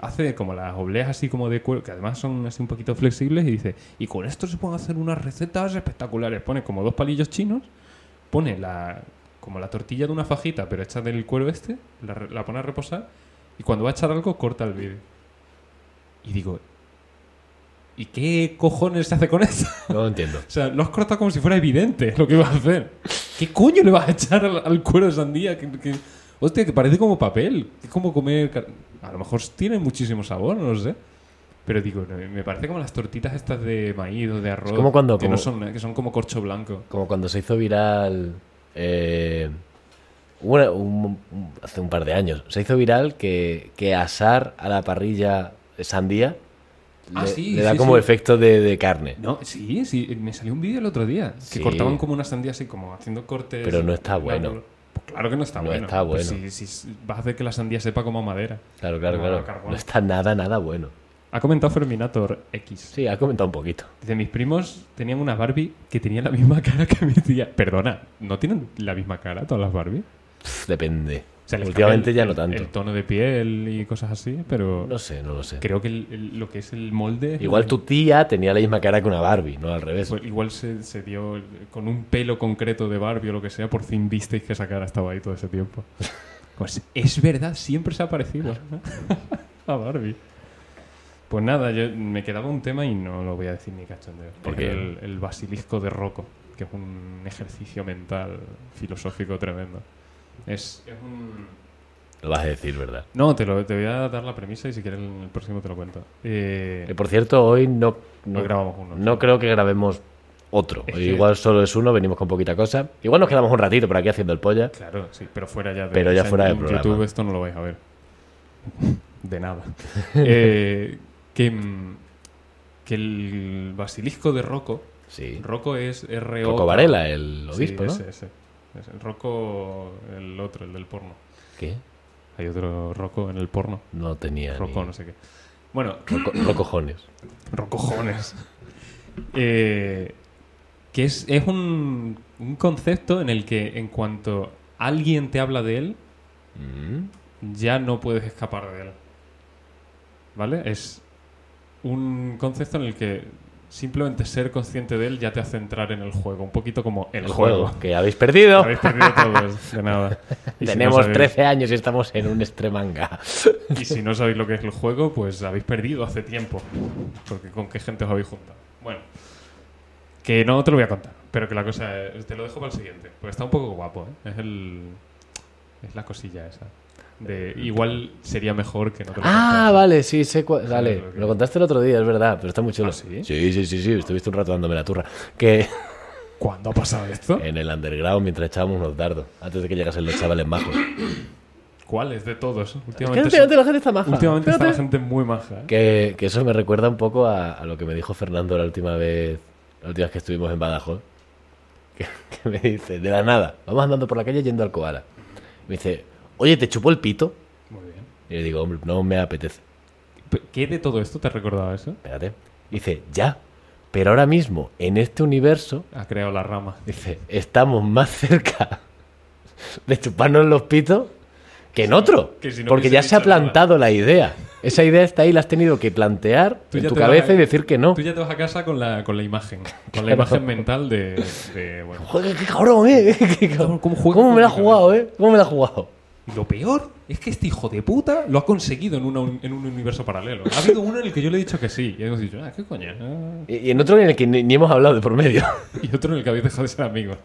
[SPEAKER 2] hace como las obleas así como de cuero, que además son así un poquito flexibles, y dice, y con esto se pueden hacer unas recetas espectaculares. Pone como dos palillos chinos, pone la como la tortilla de una fajita, pero hecha del cuero este, la, re- la pone a reposar, y cuando va a echar algo, corta el vídeo. Y digo, ¿y qué cojones se hace con eso?
[SPEAKER 1] No lo entiendo.
[SPEAKER 2] O sea, lo has cortado como si fuera evidente lo que ibas a hacer. ¿Qué coño le vas a echar al, al cuero de sandía? Que, que- hostia, que parece como papel. Es como comer... car- A lo mejor tiene muchísimo sabor, no lo sé. Pero digo, no, me parece como las tortitas estas de maíz o de arroz.
[SPEAKER 1] como cuando-
[SPEAKER 2] Que,
[SPEAKER 1] como-
[SPEAKER 2] No son, que son como corcho blanco.
[SPEAKER 1] Como cuando se hizo viral. eh, hubo una- un- un- hace un par de años. Se hizo viral que, que asar a la parrilla sandía
[SPEAKER 2] Ah,
[SPEAKER 1] le,
[SPEAKER 2] sí,
[SPEAKER 1] le da
[SPEAKER 2] sí,
[SPEAKER 1] como
[SPEAKER 2] sí.
[SPEAKER 1] efecto de, de carne.
[SPEAKER 2] No, sí, sí. Me salió un vídeo el otro día. Que
[SPEAKER 1] Sí.
[SPEAKER 2] cortaban como una sandía así, como haciendo cortes...
[SPEAKER 1] Pero no está bueno.
[SPEAKER 2] Pues claro que no está
[SPEAKER 1] No
[SPEAKER 2] bueno.
[SPEAKER 1] está
[SPEAKER 2] Pues
[SPEAKER 1] bueno.
[SPEAKER 2] sí, sí, vas a hacer que la sandía sepa como a madera.
[SPEAKER 1] Claro, claro,
[SPEAKER 2] Como a
[SPEAKER 1] claro.
[SPEAKER 2] Ah, carbón.
[SPEAKER 1] No está nada, nada bueno.
[SPEAKER 2] Ha comentado Ferminator X.
[SPEAKER 1] Sí, ha comentado un poquito.
[SPEAKER 2] Dice, mis primos tenían una Barbie que tenía la misma cara que mi tía. Perdona, ¿no tienen la misma cara todas las Barbie?
[SPEAKER 1] Pff, depende.
[SPEAKER 2] O sea, les
[SPEAKER 1] Últimamente
[SPEAKER 2] cambia
[SPEAKER 1] ya no tanto.
[SPEAKER 2] El tono de piel y cosas así, pero
[SPEAKER 1] No sé, no lo sé.
[SPEAKER 2] creo que el- el- lo que es el molde.
[SPEAKER 1] Igual tu tía tenía la misma cara que una Barbie, no al revés.
[SPEAKER 2] Pues igual se, se dio el- con un pelo concreto de Barbie o lo que sea, por fin visteis que esa cara estaba ahí todo ese tiempo. Pues es verdad, siempre se ha parecido a Barbie. Pues nada, yo me quedaba un tema y no lo voy a decir ni cachondeo.
[SPEAKER 1] ¿Por
[SPEAKER 2] Porque
[SPEAKER 1] qué?
[SPEAKER 2] el, el basilisco de Rocco, que es un ejercicio mental, filosófico tremendo. Es, es un...
[SPEAKER 1] Lo vas a decir, ¿verdad?
[SPEAKER 2] No, te, lo, te voy a dar la premisa y si quieres en el próximo te lo cuento. Eh,
[SPEAKER 1] Que por cierto, hoy no, no,
[SPEAKER 2] Hoy grabamos uno.
[SPEAKER 1] no creo que grabemos otro.
[SPEAKER 2] Es
[SPEAKER 1] Hoy
[SPEAKER 2] que-
[SPEAKER 1] Igual solo es uno, venimos con poquita cosa. Igual nos quedamos un ratito por aquí haciendo el polla.
[SPEAKER 2] Claro, sí, pero fuera ya de
[SPEAKER 1] Pero ya
[SPEAKER 2] en
[SPEAKER 1] fuera del
[SPEAKER 2] YouTube
[SPEAKER 1] programa.
[SPEAKER 2] esto no lo vais a ver. De nada. Eh, que, mm, que el basilisco de Rocco.
[SPEAKER 1] Sí.
[SPEAKER 2] Rocco es R.O.
[SPEAKER 1] Coco Varela, el
[SPEAKER 2] Sí,
[SPEAKER 1] obispo, ¿no?
[SPEAKER 2] ese, ese. Ese. Rocco, el otro, el del porno.
[SPEAKER 1] ¿Qué?
[SPEAKER 2] Hay otro Rocco en el porno.
[SPEAKER 1] No tenía.
[SPEAKER 2] Rocco,
[SPEAKER 1] Rocojones.
[SPEAKER 2] no sé qué. Bueno,
[SPEAKER 1] Rocojones.
[SPEAKER 2] Rocojones. Eh, que es, es un, un concepto en el que en cuanto alguien te habla de él,
[SPEAKER 1] Mm.
[SPEAKER 2] ya no puedes escapar de él. ¿Vale? Es un concepto en el que simplemente ser consciente de él ya te hace entrar en el juego. Un poquito como el,
[SPEAKER 1] El
[SPEAKER 2] juego.
[SPEAKER 1] juego que habéis perdido.
[SPEAKER 2] Habéis perdido todos, de nada. Y si no
[SPEAKER 1] Tenemos
[SPEAKER 2] sabéis-
[SPEAKER 1] 13 años y estamos en un extremanga.
[SPEAKER 2] Y si no sabéis lo que es el juego, pues habéis perdido hace tiempo. Porque con qué gente os habéis juntado. Bueno, que no te lo voy a contar, pero que la cosa es- te lo dejo para el siguiente. Porque está un poco guapo, ¿eh? Es el. Es la cosilla esa. De, igual sería mejor que no te lo
[SPEAKER 1] Ah,
[SPEAKER 2] contase.
[SPEAKER 1] vale, sí, sé cuál.
[SPEAKER 2] Sí,
[SPEAKER 1] Dale,
[SPEAKER 2] lo que-
[SPEAKER 1] lo contaste el otro día, es verdad, pero está muy chulo.
[SPEAKER 2] ¿Ah, sí?
[SPEAKER 1] sí, sí, sí, sí, estuviste un rato dándome la turra. Que
[SPEAKER 2] ¿Cuándo ha pasado esto?
[SPEAKER 1] en el underground mientras echábamos unos dardos, antes de que llegasen los chavales majos.
[SPEAKER 2] ¿Cuál es de todos?
[SPEAKER 1] Es que
[SPEAKER 2] Últimamente,
[SPEAKER 1] últimamente
[SPEAKER 2] son-
[SPEAKER 1] la gente está maja.
[SPEAKER 2] últimamente está la
[SPEAKER 1] Espérate.
[SPEAKER 2] gente muy maja. ¿eh?
[SPEAKER 1] Que, que eso me recuerda un poco a, a lo que me dijo Fernando la última vez, la última vez que estuvimos en Badajoz. Que, que me dice, de la nada, vamos andando por la calle yendo al koala. Me dice, oye, ¿te chupó el pito?
[SPEAKER 2] Muy bien.
[SPEAKER 1] Y le digo, hombre, no me apetece.
[SPEAKER 2] P- ¿Qué de todo esto te ha recordado eso?
[SPEAKER 1] Espérate. Dice, ya. Pero ahora mismo, en este universo,
[SPEAKER 2] Ha creado la rama.
[SPEAKER 1] dice, estamos más cerca de chuparnos los pitos que en otro.
[SPEAKER 2] que si no
[SPEAKER 1] porque
[SPEAKER 2] hubiese
[SPEAKER 1] ya se ha
[SPEAKER 2] dicho nada.
[SPEAKER 1] plantado la idea. Esa idea está ahí, la has tenido que plantear
[SPEAKER 2] Tú
[SPEAKER 1] en
[SPEAKER 2] ya
[SPEAKER 1] tu
[SPEAKER 2] te vas
[SPEAKER 1] cabeza
[SPEAKER 2] a-
[SPEAKER 1] y decir que no.
[SPEAKER 2] Tú ya te vas a casa con la, con la imagen. Con la imagen mental de. de, bueno,
[SPEAKER 1] Joder, qué cabrón, eh. Qué cabrón.
[SPEAKER 2] ¿Cómo
[SPEAKER 1] ¿Cómo,
[SPEAKER 2] juega con
[SPEAKER 1] me la ha
[SPEAKER 2] mi
[SPEAKER 1] jugado, eh? ¿Cómo me la ha jugado?
[SPEAKER 2] Lo peor es que este hijo de puta lo ha conseguido en, una- en un universo paralelo. Ha habido uno en el que yo le he dicho que sí. Y hemos dicho, ah, qué coña. ah.
[SPEAKER 1] Y, y en otro en el que ni, ni hemos hablado de por medio.
[SPEAKER 2] Y otro en el que habéis dejado de ser amigos.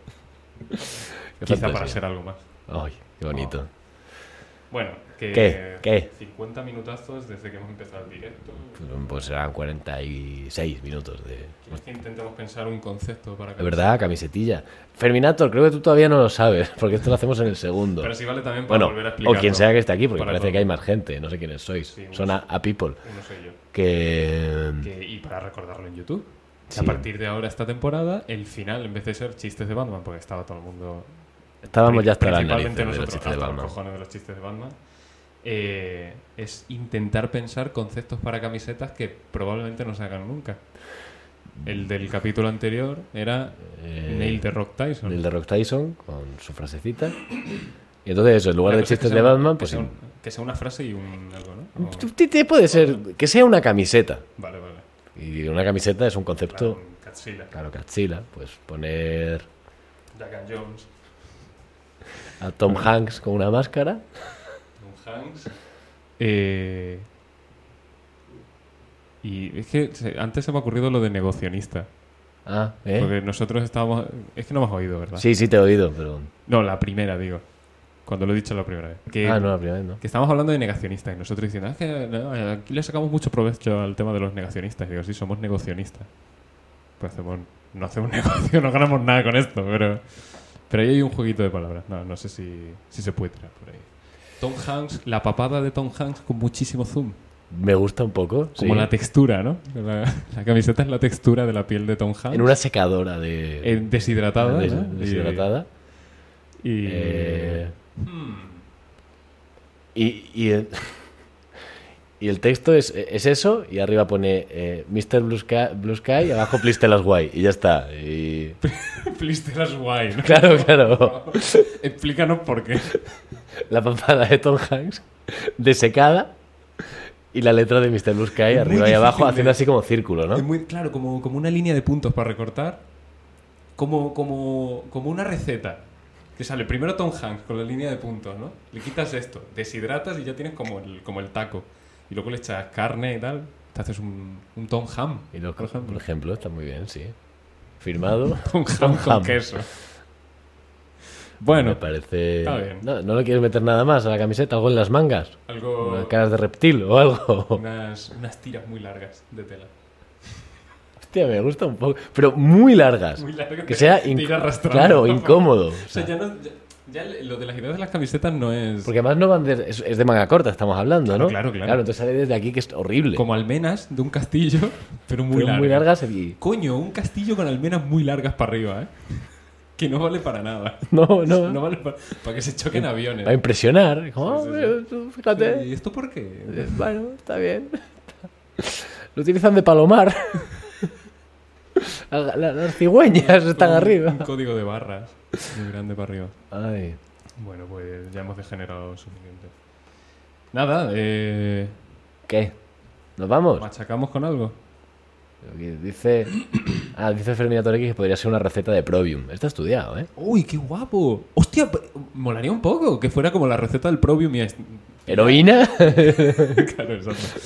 [SPEAKER 1] Qué
[SPEAKER 2] Quizá para
[SPEAKER 1] fantasía.
[SPEAKER 2] ser algo más.
[SPEAKER 1] Ay, qué bonito.
[SPEAKER 2] Bueno, que.
[SPEAKER 1] ¿Qué? ¿Qué?
[SPEAKER 2] 50 minutazos desde que hemos empezado el directo.
[SPEAKER 1] Pues serán 46 minutos de...
[SPEAKER 2] ¿Quieres que intentemos pensar un concepto para que.
[SPEAKER 1] Es verdad, camisetilla. Ferminator, creo que tú todavía no lo sabes, porque esto lo hacemos en el segundo.
[SPEAKER 2] Pero si vale también
[SPEAKER 1] bueno,
[SPEAKER 2] para volver
[SPEAKER 1] o
[SPEAKER 2] a explicarlo.
[SPEAKER 1] quien sea que esté aquí, porque
[SPEAKER 2] Para
[SPEAKER 1] parece
[SPEAKER 2] todo.
[SPEAKER 1] que hay más gente, no sé quiénes sois.
[SPEAKER 2] Sí,
[SPEAKER 1] Son a, a people.
[SPEAKER 2] Uno soy yo.
[SPEAKER 1] Que...
[SPEAKER 2] Que- y para recordarlo en YouTube. Que
[SPEAKER 1] Sí.
[SPEAKER 2] A partir de ahora, esta temporada, el final, en vez de ser chistes de Batman, porque estaba todo el mundo
[SPEAKER 1] Estábamos ya hasta la nariz
[SPEAKER 2] principalmente
[SPEAKER 1] de los
[SPEAKER 2] nosotros
[SPEAKER 1] chistes de
[SPEAKER 2] hasta
[SPEAKER 1] Batman.
[SPEAKER 2] los cojones de los chistes de Batman eh, es intentar pensar conceptos para camisetas que probablemente no se hagan nunca el del capítulo anterior era
[SPEAKER 1] Eh,
[SPEAKER 2] Neil de Rock Tyson
[SPEAKER 1] El de Rock Tyson, con su frasecita. Y entonces eso, en lugar
[SPEAKER 2] Una
[SPEAKER 1] de
[SPEAKER 2] cosa es que
[SPEAKER 1] chistes
[SPEAKER 2] sea
[SPEAKER 1] de
[SPEAKER 2] una-
[SPEAKER 1] Batman,
[SPEAKER 2] que
[SPEAKER 1] pues...
[SPEAKER 2] sea un- que sea una frase y un algo ¿no? O-
[SPEAKER 1] T- t- Puede ser que sea una camiseta.
[SPEAKER 2] vale vale
[SPEAKER 1] Y una camiseta es un
[SPEAKER 2] claro,
[SPEAKER 1] concepto,
[SPEAKER 2] un Godzilla,
[SPEAKER 1] claro, que achila, pues poner
[SPEAKER 2] Jack and Jones
[SPEAKER 1] a Tom Hanks con una máscara.
[SPEAKER 2] Tom Hanks. Eh, y es que se- antes se me ha ocurrido lo de negocionista
[SPEAKER 1] Ah, ¿eh?
[SPEAKER 2] Porque nosotros estábamos. Es que no me has oído, ¿verdad?
[SPEAKER 1] Sí, sí, te he oído, pero...
[SPEAKER 2] No, la primera, digo. Cuando lo he dicho la primera vez. Que,
[SPEAKER 1] Ah, no, la primera vez no.
[SPEAKER 2] que estábamos hablando de negacionistas y nosotros diciendo, "Ah, es que no, aquí le sacamos mucho provecho al tema de los negacionistas. Y digo, sí, somos negocionistas. Pues hacemos, no hacemos negocio, no ganamos nada con esto, pero. Pero ahí hay un jueguito de palabras. No, no sé si, si se puede tirar por ahí. Tom Hanks, la papada de Tom Hanks con muchísimo zoom.
[SPEAKER 1] Me gusta un poco.
[SPEAKER 2] Como
[SPEAKER 1] sí.
[SPEAKER 2] la textura, ¿no? La, la camiseta es la textura de la piel de Tom Hanks.
[SPEAKER 1] En una secadora de...
[SPEAKER 2] Eh, deshidratada.
[SPEAKER 1] des-
[SPEAKER 2] ¿no?
[SPEAKER 1] deshidratada.
[SPEAKER 2] Y, y-
[SPEAKER 1] Eh, Y, y el, y el texto es, es eso, y arriba pone eh, Mr. Blue Sky, Blue Sky, y abajo Please Tell Us Why, y ya está. Y,
[SPEAKER 2] Please tell us why, ¿no?
[SPEAKER 1] claro, claro.
[SPEAKER 2] Explícanos por qué.
[SPEAKER 1] la papada de Tom Hanks desecada y la letra de Mr. Blue Sky
[SPEAKER 2] Es muy
[SPEAKER 1] arriba y abajo
[SPEAKER 2] difícil de-
[SPEAKER 1] haciendo así como círculo, ¿no?
[SPEAKER 2] Es muy, claro, como, como una línea de puntos para recortar, como, como, como una receta. Que sale primero Tom Hanks con la línea de puntos, ¿no? Le quitas esto, deshidratas y ya tienes como el, como el taco. Y luego le echas carne y tal, te haces un, un Tom Ham.
[SPEAKER 1] Y los,
[SPEAKER 2] por
[SPEAKER 1] por,
[SPEAKER 2] ejemplo.
[SPEAKER 1] ejemplo. está muy bien, sí. Firmado.
[SPEAKER 2] Tom Ham con
[SPEAKER 1] Ham.
[SPEAKER 2] queso.
[SPEAKER 1] Me
[SPEAKER 2] Bueno,
[SPEAKER 1] parece.
[SPEAKER 2] está bien.
[SPEAKER 1] No, no le quieres meter nada más a la camiseta, algo en las mangas.
[SPEAKER 2] algo,
[SPEAKER 1] Unas caras de reptil o algo.
[SPEAKER 2] unas, unas tiras muy largas de tela.
[SPEAKER 1] Hostia, me gusta un poco. Pero muy largas.
[SPEAKER 2] Muy largas.
[SPEAKER 1] Que sea
[SPEAKER 2] De ir arrastrando.
[SPEAKER 1] claro, incómodo.
[SPEAKER 2] O sea, ya, no, ya, ya lo de las ideas de las camisetas no es...
[SPEAKER 1] Ah. Porque además no van de, es, es de manga corta, estamos hablando,
[SPEAKER 2] Claro,
[SPEAKER 1] ¿no?
[SPEAKER 2] claro, claro.
[SPEAKER 1] Claro, entonces sale desde aquí que es horrible.
[SPEAKER 2] como almenas de un castillo, pero muy
[SPEAKER 1] Pero
[SPEAKER 2] largas.
[SPEAKER 1] muy largas y...
[SPEAKER 2] Coño, un castillo con almenas muy largas para arriba, ¿eh? Que no vale para nada.
[SPEAKER 1] No, no.
[SPEAKER 2] No vale para, para que se choquen aviones.
[SPEAKER 1] Va a impresionar. Como,
[SPEAKER 2] Sí, sí,
[SPEAKER 1] "Ah,
[SPEAKER 2] sí.
[SPEAKER 1] eh, tú fíjate.
[SPEAKER 2] ¿Y esto por qué?
[SPEAKER 1] Eh, Bueno, está bien. Lo utilizan de palomar. Las, las cigüeñas están
[SPEAKER 2] Un-
[SPEAKER 1] arriba.
[SPEAKER 2] Un código de barras muy grande para arriba.
[SPEAKER 1] Ay.
[SPEAKER 2] Bueno, pues ya hemos degenerado suficiente. Nada, eh,
[SPEAKER 1] ¿Qué? ¿Nos vamos?
[SPEAKER 2] machacamos con algo.
[SPEAKER 1] Lo que Dice... Ah, dice Fermina Torequi que podría ser una receta de Probium. Está estudiado, ¿eh?
[SPEAKER 2] ¡Uy, qué guapo! ¡Hostia! pe- Molaría un poco que fuera como la receta del Probium y es-
[SPEAKER 1] ¿Heroína?
[SPEAKER 2] Claro, exacto.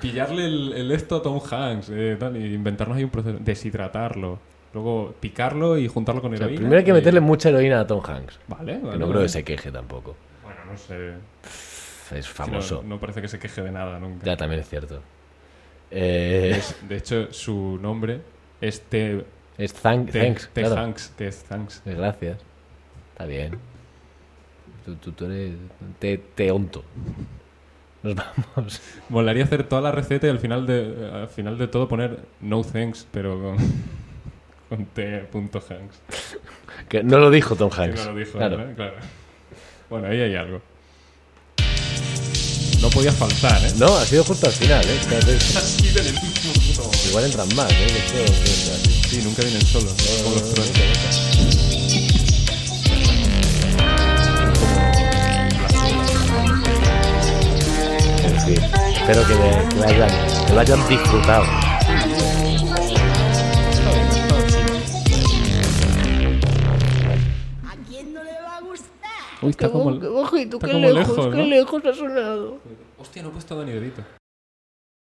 [SPEAKER 2] Pillarle el, el esto a Tom Hanks, eh, tal, y inventarnos ahí un proceso. Deshidratarlo. Luego picarlo y juntarlo con
[SPEAKER 1] O sea,
[SPEAKER 2] heroína.
[SPEAKER 1] primero hay que
[SPEAKER 2] y-
[SPEAKER 1] meterle mucha heroína a Tom Hanks.
[SPEAKER 2] Vale, vale.
[SPEAKER 1] Que no creo
[SPEAKER 2] vale.
[SPEAKER 1] que se queje tampoco.
[SPEAKER 2] Bueno, no sé.
[SPEAKER 1] Es
[SPEAKER 2] Si no-
[SPEAKER 1] famoso.
[SPEAKER 2] No, parece que se queje de nada nunca.
[SPEAKER 1] Ya, también es cierto. Eh, es
[SPEAKER 2] Es- de hecho, su nombre es T.
[SPEAKER 1] thank-
[SPEAKER 2] T-
[SPEAKER 1] thanks,
[SPEAKER 2] T.
[SPEAKER 1] claro.
[SPEAKER 2] Hanks. T. Hanks.
[SPEAKER 1] Eh, Gracias. Está bien. Tú, tú- tú eres... Te, te onto. Nos vamos.
[SPEAKER 2] Molaría hacer toda la receta y al final de, al final de todo poner no thanks, pero con, con T. Hanks.
[SPEAKER 1] Que no lo dijo Tom
[SPEAKER 2] Que
[SPEAKER 1] Hanks.
[SPEAKER 2] no lo dijo,
[SPEAKER 1] claro.
[SPEAKER 2] ¿verdad? Claro. Bueno, ahí hay algo. No podía faltar, ¿eh?
[SPEAKER 1] No, ha sido justo al final, ¿eh? Espérate,
[SPEAKER 2] Sí, en el mismo puto momento.
[SPEAKER 1] Igual entran más, ¿eh? De hecho, que- que-
[SPEAKER 2] Sí, nunca vienen solos. ¿no? Como los troncos.
[SPEAKER 1] en fin. Espero que, me- que lo hayan, que lo hayan disfrutado.
[SPEAKER 3] ¿A quién no le va a gustar?
[SPEAKER 2] Uy, está como...
[SPEAKER 5] Ojito,
[SPEAKER 2] está
[SPEAKER 5] qué
[SPEAKER 2] como
[SPEAKER 5] lejos,
[SPEAKER 2] lejos,
[SPEAKER 5] qué
[SPEAKER 2] ¿no?
[SPEAKER 5] lejos ha sonado.
[SPEAKER 2] Hostia, no he puesto a Dani Dedito.